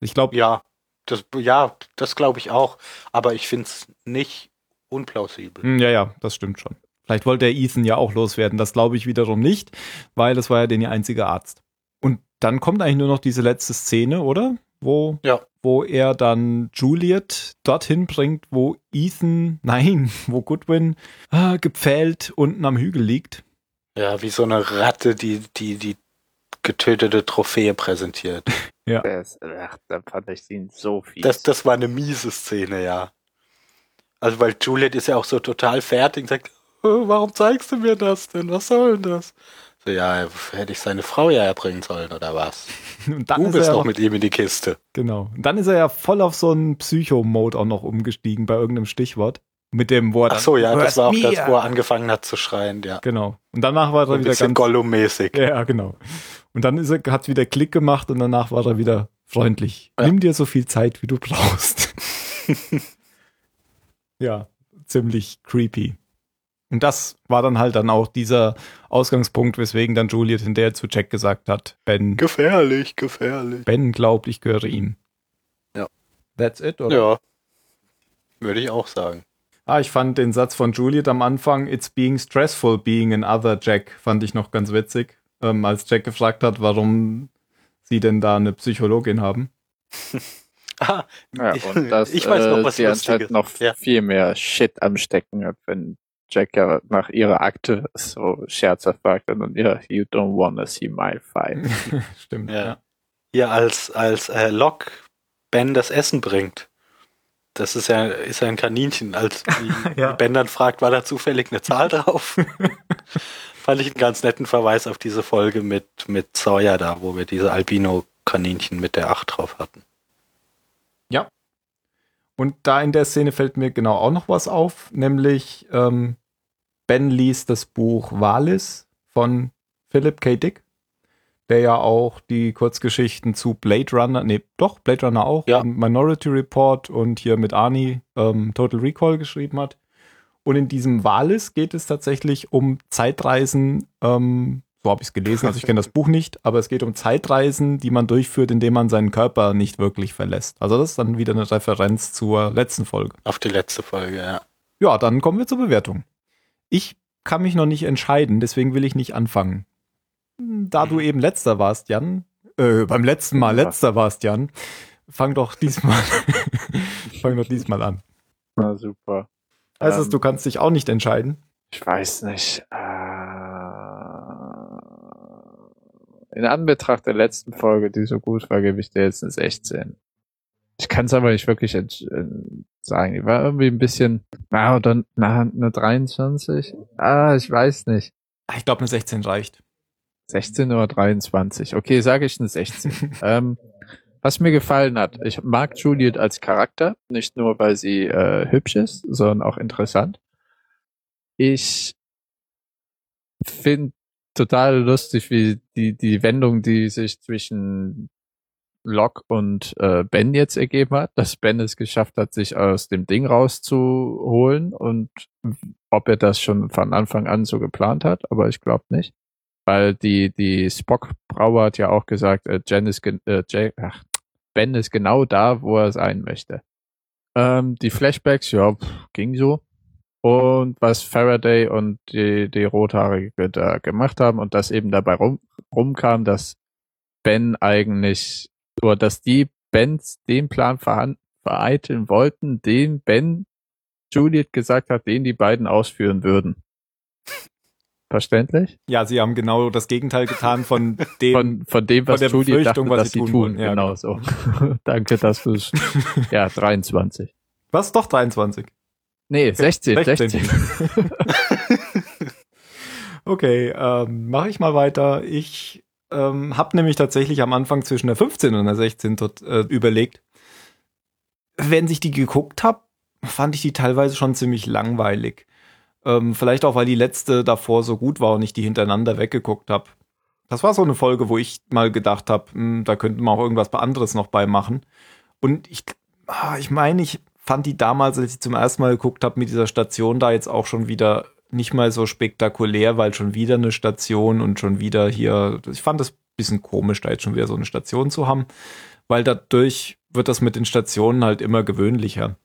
Speaker 2: Ich glaube,
Speaker 3: Ja, das, ja, das glaube ich auch, aber ich finde es nicht unplausibel.
Speaker 2: Hm, Ja, ja, das stimmt schon. Vielleicht wollte er Ethan ja auch loswerden. Das glaube ich wiederum nicht, weil das war ja den einzige Arzt. Und dann kommt eigentlich nur noch diese letzte Szene, oder? Wo,
Speaker 3: Ja.
Speaker 2: wo er dann Juliet dorthin bringt, wo Ethan, [laughs] nein, wo Goodwin ah, gepfählt unten am Hügel liegt.
Speaker 3: Ja, wie so eine Ratte, die die, die getötete Trophäe präsentiert.
Speaker 1: Das, ach, da fand ich ihn so fies.
Speaker 3: Das, das war eine miese Szene, ja. Also, weil Juliet ist ja auch so total fertig und sagt, "Äh, warum zeigst du mir das denn? Was soll denn das? So, ja, hätte ich seine Frau ja erbringen sollen, oder was?
Speaker 2: Und dann
Speaker 3: du
Speaker 2: er
Speaker 3: bist
Speaker 2: ja
Speaker 3: doch
Speaker 2: noch-
Speaker 3: mit ihm in die Kiste.
Speaker 2: Genau. Und dann ist er ja voll auf so einen Psycho-Mode auch noch umgestiegen bei irgendeinem Stichwort. Mit dem Wort.
Speaker 3: Ach so, ja, das war auch
Speaker 2: mir.
Speaker 3: das, wo er angefangen hat zu schreien, ja.
Speaker 2: Genau. Und danach war er
Speaker 3: So ein
Speaker 2: wieder ganz
Speaker 3: bisschen Gollum-mäßig.
Speaker 2: Ja, genau. Und dann ist er, hat wieder Klick gemacht und danach war er wieder freundlich.
Speaker 3: Ja.
Speaker 2: Nimm dir so viel Zeit, wie du [laughs] brauchst. ja, ziemlich creepy. Und das war dann halt dann auch dieser Ausgangspunkt, weswegen dann Juliet hinterher zu Jack gesagt hat, Ben,
Speaker 3: Gefährlich, gefährlich.
Speaker 2: Ben glaubt, ich gehöre ihm.
Speaker 3: Ja.
Speaker 2: That's it, oder?
Speaker 3: Ja. Würde ich auch sagen.
Speaker 2: Ah, ich fand den Satz von Juliet am Anfang, It's being stressful being an other Jack, fand ich noch ganz witzig, ähm, als Jack gefragt hat, warum sie denn da eine Psychologin
Speaker 3: [laughs]
Speaker 2: haben.
Speaker 3: Ah,
Speaker 1: ja,
Speaker 3: [laughs]
Speaker 1: und das
Speaker 3: Ich weiß noch,
Speaker 1: äh,
Speaker 3: was
Speaker 1: sie anscheinend
Speaker 3: Lustiges.
Speaker 1: noch
Speaker 3: Ja.
Speaker 1: viel mehr Shit am Stecken hat, wenn Jack ja nach ihrer Akte so scherzhaft fragt und dann, ja, you don't wanna see my
Speaker 3: [laughs]
Speaker 1: fight.
Speaker 2: Stimmt.
Speaker 3: Ja. hier als, als äh, Lok Ben das Essen bringt. Das ist ja, ist ja ein
Speaker 1: [laughs]
Speaker 3: Kaninchen. Als die-
Speaker 2: Ja.
Speaker 3: die Ben dann fragt, war da zufällig eine Zahl drauf? Fand ich einen ganz netten Verweis auf diese Folge mit, mit Sawyer da, wo wir diese Albino-Kaninchen mit der 8 drauf hatten.
Speaker 2: Und da in der Szene fällt mir genau auch noch was auf, nämlich ähm, Ben liest das Buch Walis von Philip K. Dick, der ja auch die Kurzgeschichten zu Blade Runner, nee, doch, Blade Runner auch,
Speaker 3: Ja.
Speaker 2: und Minority Report und hier mit Arnie ähm, Total Recall geschrieben hat. Und in diesem Walis geht es tatsächlich um Zeitreisen, ähm, so habe ich es gelesen, also ich kenne das Buch nicht, aber es geht um Zeitreisen, die man durchführt, indem man seinen Körper nicht wirklich verlässt. Also das ist dann wieder eine Referenz zur letzten Folge.
Speaker 3: Auf die letzte Folge, ja.
Speaker 2: Ja, dann kommen wir zur Bewertung. Ich kann mich noch nicht entscheiden, deswegen will ich nicht anfangen. Da du eben letzter warst, Jan, äh, beim letzten Mal
Speaker 1: Ja.
Speaker 2: letzter warst, Jan, fang doch diesmal, [laughs] fang doch diesmal an.
Speaker 1: Na super.
Speaker 2: Heißt es,
Speaker 1: Ähm,
Speaker 2: du kannst dich auch nicht entscheiden?
Speaker 1: Ich weiß nicht. Äh, in Anbetracht der letzten Folge, die so gut war, gebe ich dir jetzt eine 16. Ich kann es aber nicht wirklich entsch- äh, sagen. Die war irgendwie ein bisschen, na, oder na, eine 23? Ah, ich weiß nicht.
Speaker 2: Ah, Ich glaube, eine 16 reicht.
Speaker 1: 16 oder 23. Okay, sage ich eine 16. ähm, was mir gefallen hat, ich mag Juliet als Charakter, nicht nur weil sie äh, hübsch ist, sondern auch interessant. Ich finde total lustig, wie die, die Wendung, die sich zwischen Locke und äh, Ben jetzt ergeben hat, dass Ben es geschafft hat, sich aus dem Ding rauszuholen und ob er das schon von Anfang an so geplant hat, aber ich glaube nicht weil die die Spock Brauer hat ja auch gesagt, äh, Jen ist gen- äh, Jay, ach, Ben ist genau da, wo er sein möchte. Ähm, die Flashbacks, ja, pff, ging so. Und was Faraday und die, die Rothaarige da gemacht haben und das eben dabei rum, rumkam, dass Ben eigentlich, oder dass die Bens den Plan verhan- vereiteln wollten, den Ben Juliet gesagt hat, den die beiden ausführen würden. Verständlich?
Speaker 2: Ja, sie haben genau das Gegenteil getan von dem.
Speaker 1: von, von dem, was
Speaker 2: der
Speaker 1: Julie dachte,
Speaker 2: Befürchtung, was
Speaker 1: dass
Speaker 2: sie
Speaker 1: sie
Speaker 2: tun
Speaker 1: tun,
Speaker 2: wollen. Ja,
Speaker 1: genau so. [laughs] Danke, dass du es. Ja, 23.
Speaker 2: was? Doch 23.
Speaker 1: Nee, 16,
Speaker 2: 16.
Speaker 1: 16. [laughs]
Speaker 2: Okay, ähm, mache ich mal weiter. Ich ähm, habe nämlich tatsächlich am Anfang zwischen der 15 und der 16 dort äh, überlegt. Wenn ich die geguckt habe, fand ich die teilweise schon ziemlich langweilig. Ähm, vielleicht auch, weil die letzte davor so gut war und ich die hintereinander weggeguckt habe. Das war so eine Folge, wo ich mal gedacht habe, da könnten wir auch irgendwas anderes noch bei machen. Und ich, ah, ich meine, ich fand die damals, als ich zum ersten Mal geguckt habe, mit dieser Station da jetzt auch schon wieder nicht mal so spektakulär, weil schon wieder eine Station und schon wieder hier. Ich fand es ein bisschen komisch, da jetzt schon wieder so eine Station zu haben, weil dadurch wird das mit den Stationen halt immer gewöhnlicher.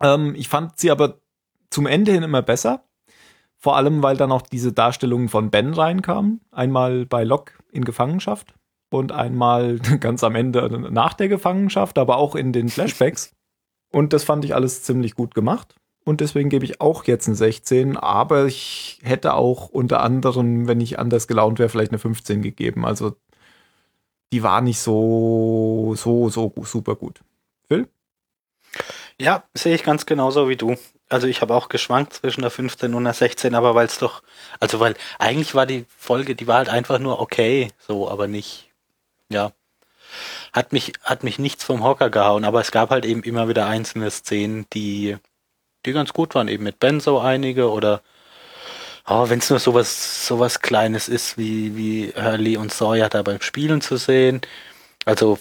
Speaker 2: Ähm, ich fand sie aber zum Ende hin immer besser. Vor allem, weil dann auch diese Darstellungen von Ben reinkamen. Einmal bei Locke in Gefangenschaft und einmal [laughs] ganz am Ende nach der Gefangenschaft, aber auch in den Flashbacks. Und das fand ich alles ziemlich gut gemacht. Und deswegen gebe ich auch jetzt eine 16. Aber ich hätte auch unter anderem, wenn ich anders gelaunt wäre, vielleicht eine 15 gegeben. Also die war nicht so, so, so super gut. Phil?
Speaker 3: Ja, sehe ich ganz genauso wie du. Also ich habe auch geschwankt zwischen der 15 und der 16, aber weil es doch, also weil eigentlich war die Folge, die war halt einfach nur okay, so, aber nicht, ja, hat mich, hat mich nichts vom Hocker gehauen, aber es gab halt eben immer wieder einzelne Szenen, die, die ganz gut waren, eben mit Benzo einige oder, oh, wenn es nur sowas, sowas Kleines ist, wie, wie Hurley und Sawyer da beim Spielen zu sehen. Also,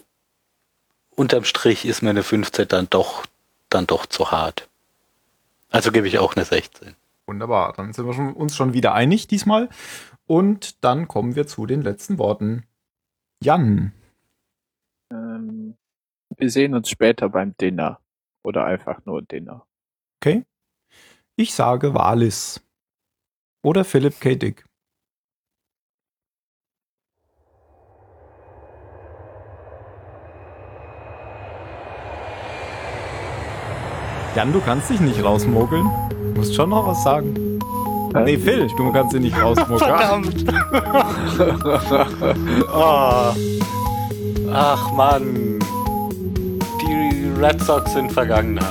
Speaker 3: unterm Strich ist mir eine 15 dann doch, dann doch zu hart. Also gebe ich auch eine 16.
Speaker 2: Wunderbar, dann sind wir schon, uns schon wieder einig diesmal. Und dann kommen wir zu den letzten Worten. Jan.
Speaker 1: Ähm, wir sehen uns später beim Dinner. Oder einfach nur Dinner.
Speaker 2: Okay. Ich sage Wallis. Oder Philipp K. Dick. Jan, du kannst dich nicht rausmogeln. Du musst schon noch was sagen.
Speaker 1: Hä?
Speaker 2: Nee, Phil, du kannst dich nicht rausmogeln.
Speaker 3: [laughs] Oh. Ach Mann. Die Red Sox sind Vergangenheit.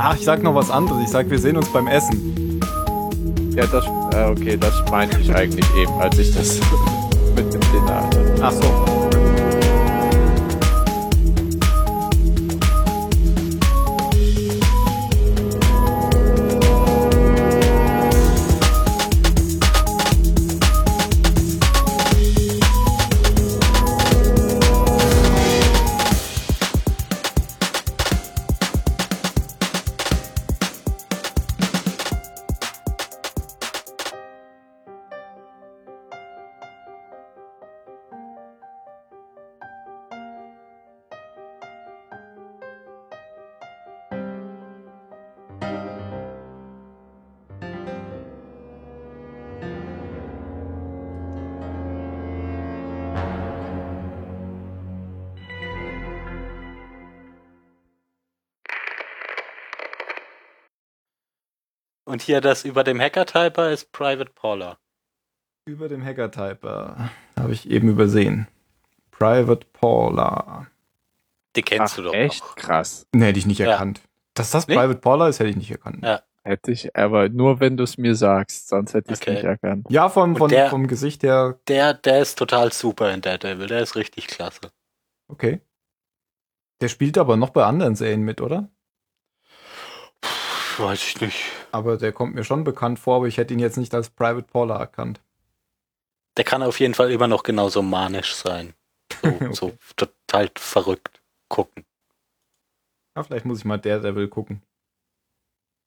Speaker 2: Ach, ich sag noch was anderes. Ich sag, wir sehen uns beim Essen.
Speaker 1: Ja, das, äh, okay, das meinte ich eigentlich eben, als ich das [laughs] mit dem Dinner.
Speaker 2: Ach so.
Speaker 3: Und hier das über dem Hacker-Typer ist Private Paula.
Speaker 2: Über dem Hacker-Typer. Habe ich eben übersehen. Private Paula.
Speaker 3: Die kennst du doch
Speaker 1: echt
Speaker 3: noch.
Speaker 1: krass.
Speaker 2: Nee, hätte ich nicht
Speaker 3: Ja.
Speaker 2: erkannt. Dass das
Speaker 3: Nee?
Speaker 2: Private Paula ist, hätte ich nicht erkannt.
Speaker 3: Ja.
Speaker 1: Hätte ich, aber nur wenn du es mir sagst, sonst hätte ich es
Speaker 3: Okay.
Speaker 1: nicht erkannt.
Speaker 2: Ja, vom,
Speaker 3: Und
Speaker 2: von,
Speaker 3: der-
Speaker 2: vom Gesicht her,
Speaker 3: Der, der ist total super in Daredevil. Der ist richtig klasse.
Speaker 2: okay. Der spielt aber noch bei anderen Serien mit, oder?
Speaker 3: Puh, weiß ich nicht.
Speaker 2: Aber der kommt mir schon bekannt vor, aber ich hätte ihn jetzt nicht als Private Paula erkannt.
Speaker 3: Der kann auf jeden Fall immer noch genauso manisch sein. So, [laughs] so total verrückt gucken.
Speaker 2: Ja, vielleicht muss ich mal Daredevil gucken.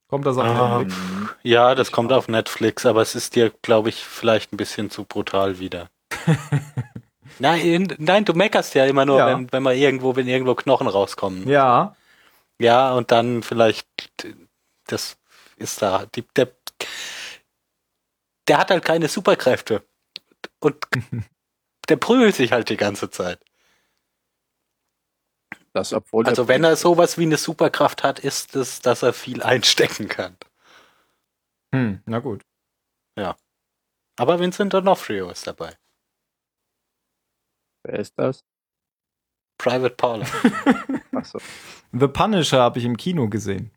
Speaker 2: Kommt das auf
Speaker 3: Ah.
Speaker 2: Netflix?
Speaker 3: Ja, das kommt auf Netflix, aber es ist dir, glaube ich, vielleicht ein bisschen zu brutal wieder. nein, nein, du meckerst ja immer nur,
Speaker 2: Ja.
Speaker 3: wenn, wenn man irgendwo, wenn irgendwo Knochen rauskommen.
Speaker 2: Ja,
Speaker 3: Ja, und dann vielleicht, das ist da, die, der, der hat halt keine Superkräfte. Und der prügelt sich halt die ganze Zeit.
Speaker 1: Das, obwohl
Speaker 3: Also wenn er sowas wie eine Superkraft hat, ist es, dass er viel einstecken kann.
Speaker 2: hm, na gut.
Speaker 3: Aber Vincent D'Onofrio ist dabei.
Speaker 1: Wer ist das?
Speaker 3: Private Paula.
Speaker 1: Achso.
Speaker 2: The Punisher habe ich im Kino gesehen.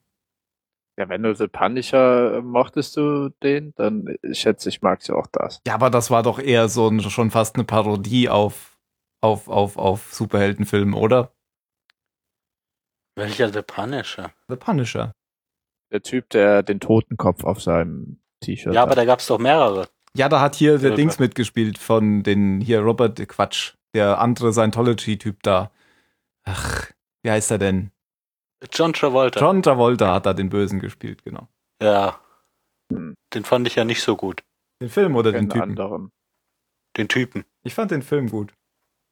Speaker 1: Ja, wenn du The Punisher äh, mochtest du den, dann äh, schätze ich, magst du auch das.
Speaker 2: Ja, aber das war doch eher so ein, schon fast eine Parodie auf, auf, auf, auf Superheldenfilme, oder?
Speaker 3: Welcher The Punisher?
Speaker 2: The Punisher.
Speaker 1: Der Typ, der den Totenkopf auf seinem T-Shirt
Speaker 3: Ja, aber
Speaker 1: hat.
Speaker 3: da gab es doch mehrere.
Speaker 2: Ja, da hat hier der
Speaker 3: Ja,
Speaker 2: Dings
Speaker 3: klar.
Speaker 2: mitgespielt von den, hier Robert äh, Quatsch, der andere Scientology-Typ da. Ach, wie heißt er denn?
Speaker 3: John Travolta.
Speaker 2: John Travolta hat da den Bösen gespielt, genau.
Speaker 3: Ja.
Speaker 1: Hm.
Speaker 3: Den fand ich ja nicht so gut.
Speaker 2: Den Film oder den
Speaker 1: den
Speaker 2: Typen?
Speaker 1: anderen.
Speaker 3: Den Typen.
Speaker 2: Ich fand den Film gut.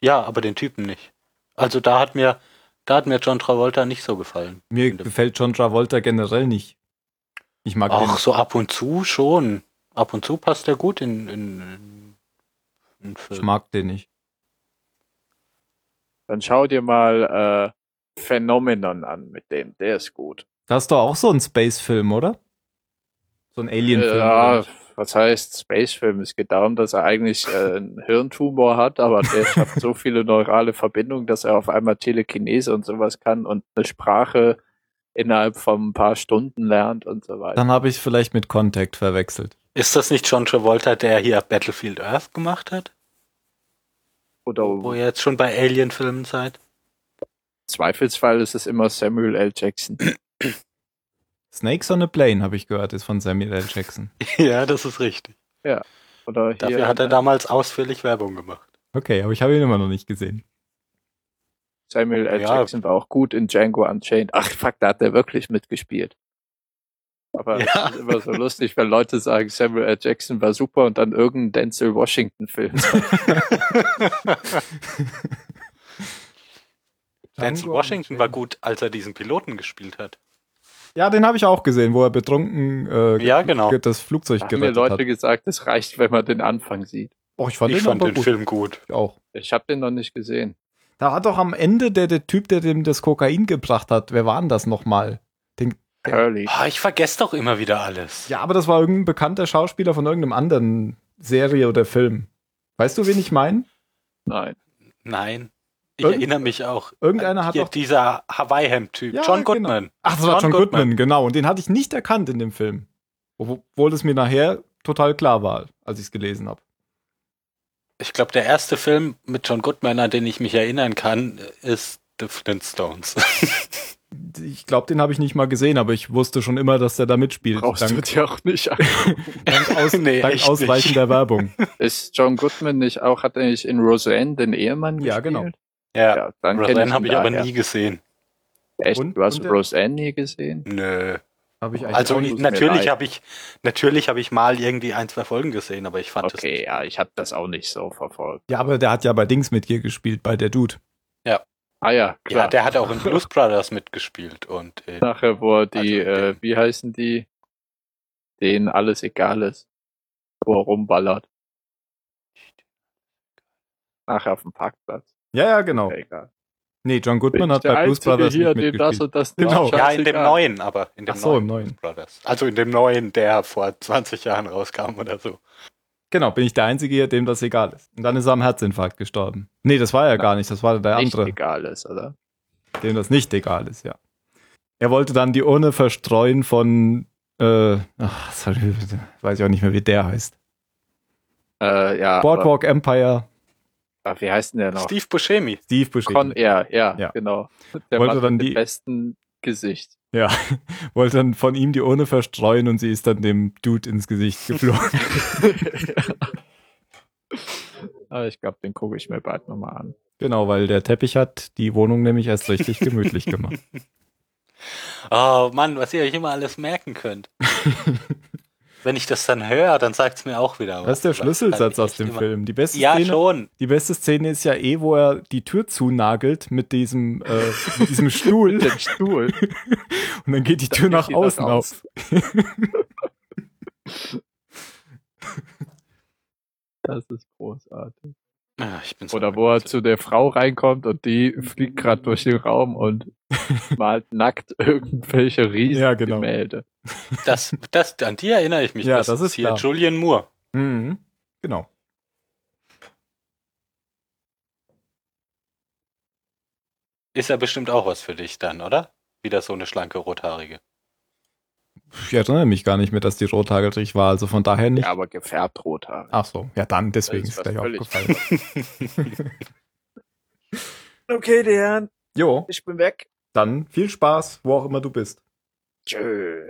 Speaker 3: Ja, aber den Typen nicht. Also da hat mir, da hat mir John Travolta nicht so gefallen.
Speaker 2: Mir
Speaker 3: In dem-
Speaker 2: gefällt John Travolta generell nicht. Ich mag
Speaker 3: Ach,
Speaker 2: den.
Speaker 3: so ab und zu schon. Ab und zu passt er gut in, in, in, in
Speaker 2: Ich
Speaker 3: Film.
Speaker 2: mag den nicht.
Speaker 1: Dann schau dir mal äh, Phenomenon an mit dem, der ist gut.
Speaker 2: Das ist doch auch so ein Space-Film, oder? So ein Alien-Film. oder
Speaker 1: Äh, Ja,
Speaker 2: nicht?
Speaker 1: was heißt Spacefilm? Es geht darum, dass er eigentlich äh, einen Hirntumor hat, aber der schafft so viele neurale Verbindungen, dass er auf einmal Telekinese und sowas kann und eine Sprache innerhalb von ein paar Stunden lernt und so weiter.
Speaker 2: Dann habe ich vielleicht mit Contact verwechselt.
Speaker 3: Ist das nicht John Travolta, der hier Battlefield Earth gemacht hat?
Speaker 1: Oder
Speaker 3: Wo
Speaker 1: im
Speaker 3: ihr jetzt schon bei Alien-Filmen [laughs] seid?
Speaker 1: Zweifelsfall ist es immer Samuel L.
Speaker 3: [clears throat]
Speaker 1: Jackson.
Speaker 2: Snakes on a Plane, habe ich gehört, ist von Samuel L. Jackson.
Speaker 3: ja, das ist richtig.
Speaker 1: Oder
Speaker 3: Dafür
Speaker 1: hier
Speaker 3: hat er damals ausführlich Werbung gemacht.
Speaker 2: Okay, aber ich habe ihn immer noch nicht gesehen.
Speaker 1: Samuel L.
Speaker 3: Ja.
Speaker 1: Jackson war auch gut in Django Unchained. Ach, fuck, da hat er wirklich mitgespielt. Aber
Speaker 3: [laughs] Ja.
Speaker 1: es ist immer so lustig, wenn Leute sagen, Samuel L. Jackson war super und dann irgendein Denzel
Speaker 3: [laughs]
Speaker 1: Washington-Film.
Speaker 3: Denzel Washington war gut, als er diesen Piloten gespielt hat.
Speaker 2: Ja, den habe ich auch gesehen, wo er betrunken äh,
Speaker 3: Ja, genau.
Speaker 2: ge- das Flugzeug
Speaker 1: Da haben mir
Speaker 2: gerettet
Speaker 1: Leute
Speaker 2: hat.
Speaker 1: gesagt, es reicht, wenn man den Anfang sieht.
Speaker 2: Oh, ich fand
Speaker 3: ich
Speaker 2: den
Speaker 3: fand
Speaker 2: aber
Speaker 3: den
Speaker 2: gut.
Speaker 3: Film gut.
Speaker 2: Ich auch.
Speaker 1: Ich habe den noch nicht gesehen.
Speaker 2: Da hat doch am Ende der, der Typ, der dem das Kokain gebracht hat, wer war denn das nochmal? Den, Ja.
Speaker 1: Curly.
Speaker 3: Ah, ich vergesse doch immer wieder alles.
Speaker 2: ja, aber das war irgendein bekannter Schauspieler von irgendeinem anderen Serie oder Film. Weißt du, wen ich meine?
Speaker 1: Nein.
Speaker 3: Nein. Ich
Speaker 2: Irgend-
Speaker 3: erinnere mich auch.
Speaker 2: Irgendeiner hat
Speaker 3: Hier,
Speaker 2: doch-
Speaker 3: dieser Hawaii-Hemd-Typ.
Speaker 2: Ja,
Speaker 3: John
Speaker 2: genau.
Speaker 3: Goodman.
Speaker 2: Ach, das war John
Speaker 3: John
Speaker 2: Goodman,
Speaker 3: Goodman.
Speaker 2: genau. Und den hatte ich nicht erkannt in dem Film. Obwohl es mir nachher total klar war, als ich es gelesen habe.
Speaker 3: Ich glaube, der erste Film mit John Goodman, an den ich mich erinnern kann, ist The Flintstones.
Speaker 2: Ich glaube, den habe ich nicht mal gesehen, aber ich wusste schon immer, dass der da mitspielt.
Speaker 1: Brauchst du
Speaker 2: dank
Speaker 1: dir auch nicht an.
Speaker 2: dank, aus,
Speaker 3: [laughs] Nee,
Speaker 2: dank
Speaker 3: echt
Speaker 2: ausweichender
Speaker 3: [laughs]
Speaker 2: Werbung.
Speaker 1: Ist John Goodman nicht auch, hat er nicht in Roseanne den Ehemann
Speaker 2: Ja,
Speaker 1: gespielt?
Speaker 2: genau.
Speaker 3: ja.
Speaker 1: Ja, dann kenn
Speaker 3: Roseanne habe
Speaker 1: ihn
Speaker 3: ich aber
Speaker 1: daher.
Speaker 3: nie äh, gesehen.
Speaker 1: Echt?
Speaker 2: Und-
Speaker 1: du hast
Speaker 2: und der-
Speaker 1: Roseanne nie gesehen?
Speaker 3: Nö.
Speaker 2: Hab ich eigentlich
Speaker 3: Also
Speaker 2: auch
Speaker 1: tut
Speaker 2: nicht.
Speaker 1: mir leid.
Speaker 3: natürlich habe ich natürlich habe ich mal irgendwie ein, zwei Folgen gesehen, aber ich fand es
Speaker 1: Okay, ja, ich habe das auch nicht so verfolgt.
Speaker 2: ja, aber der hat ja bei Dings mit dir gespielt, bei der Dude.
Speaker 1: Ah ja, klar.
Speaker 3: Ja, der hat auch in Blues Brothers mitgespielt und in,
Speaker 1: Nachher, wo er die,
Speaker 3: Also,
Speaker 1: äh, wie heißen die, denen alles egal ist, wo er rumballert. Nachher auf dem Parkplatz.
Speaker 2: Ja, ja, genau.
Speaker 1: Ja, egal.
Speaker 2: Nee, John Goodman
Speaker 1: Bin ich
Speaker 2: hat bei Blues Brothers
Speaker 1: hier,
Speaker 2: nicht
Speaker 1: dem das
Speaker 2: mitgespielt.
Speaker 1: und das
Speaker 2: Genau.
Speaker 1: macht,
Speaker 3: ja, in dem
Speaker 1: scheißegal.
Speaker 3: neuen, aber in dem
Speaker 2: Ach so, im neuen.
Speaker 3: neuen Blues Brothers. Also in dem neuen, der vor 20 Jahren rauskam oder so.
Speaker 2: Genau, bin ich der Einzige hier, dem das egal ist. Und dann ist er am Herzinfarkt gestorben. Nee, das war er gar nicht, das war der
Speaker 1: Nicht
Speaker 2: andere.
Speaker 1: egal ist, oder?
Speaker 2: dem das nicht egal ist, ja. Er wollte dann die Urne verstreuen von, äh, ach, sorry, weiß ich auch nicht mehr, wie der heißt.
Speaker 1: Äh, ja, aber,
Speaker 2: Boardwalk Empire,
Speaker 1: ah, wie heißt denn der
Speaker 2: Genau.
Speaker 1: noch?
Speaker 3: Steve Buscemi.
Speaker 2: Steve Buscemi.
Speaker 1: Con Air, ja,
Speaker 2: Ja.
Speaker 1: genau. Der
Speaker 2: Wollte
Speaker 1: Mann
Speaker 2: dann
Speaker 1: mit dem
Speaker 2: die-
Speaker 1: besten Gesicht.
Speaker 2: ja, [laughs] wollte dann von ihm die Urne verstreuen und sie ist dann dem Dude ins Gesicht
Speaker 1: [laughs]
Speaker 2: geflogen.
Speaker 1: [laughs] Aber ich glaube, den gucke ich mir bald nochmal an.
Speaker 2: genau, weil der Teppich hat die Wohnung nämlich erst richtig gemütlich gemacht.
Speaker 3: Oh Mann, was ihr euch immer alles merken
Speaker 2: [laughs]
Speaker 3: könnt. Wenn ich das dann höre, dann sagt es mir auch wieder was.
Speaker 2: Das ist der
Speaker 3: aber ich
Speaker 2: Schlüsselsatz
Speaker 3: Oh, kann
Speaker 2: aus
Speaker 3: echt
Speaker 2: dem
Speaker 3: immer-
Speaker 2: Film. Die beste
Speaker 3: Ja,
Speaker 2: Szene
Speaker 3: schon.
Speaker 2: Die beste Szene ist ja eh, wo er die Tür zunagelt mit diesem, äh, mit diesem Stuhl
Speaker 1: Den Stuhl.
Speaker 2: und dann geht die Tür
Speaker 1: geht
Speaker 2: nach
Speaker 1: die
Speaker 2: außen
Speaker 1: nach
Speaker 2: auf.
Speaker 1: Das ist großartig.
Speaker 3: Ah, Ich bin so
Speaker 1: Oder wo er
Speaker 3: begeistert.
Speaker 1: zu der Frau reinkommt und die fliegt gerade durch den Raum
Speaker 2: [laughs]
Speaker 1: und malt nackt irgendwelche
Speaker 2: Ja, genau.
Speaker 1: Riesengemälde.
Speaker 3: das, das, an die erinnere ich mich.
Speaker 2: Ja, das ist
Speaker 3: hier
Speaker 2: klar.
Speaker 3: Julian Moore.
Speaker 2: Mhm. Genau.
Speaker 3: Ist ja bestimmt auch was für dich dann, oder? Wieder so eine schlanke Rothaarige.
Speaker 2: Ich erinnere mich gar nicht mehr, dass die rothaarig war, also von daher nicht.
Speaker 1: Ja, aber gefärbt rothaarig.
Speaker 2: Ach so, ja dann, deswegen
Speaker 1: Das
Speaker 2: ist
Speaker 1: ist
Speaker 2: gleich
Speaker 1: was völlig-
Speaker 2: aufgefallen.
Speaker 1: Okay, der,
Speaker 2: Jo,
Speaker 1: ich bin weg.
Speaker 2: dann viel Spaß, wo auch immer du bist.
Speaker 1: Tschö.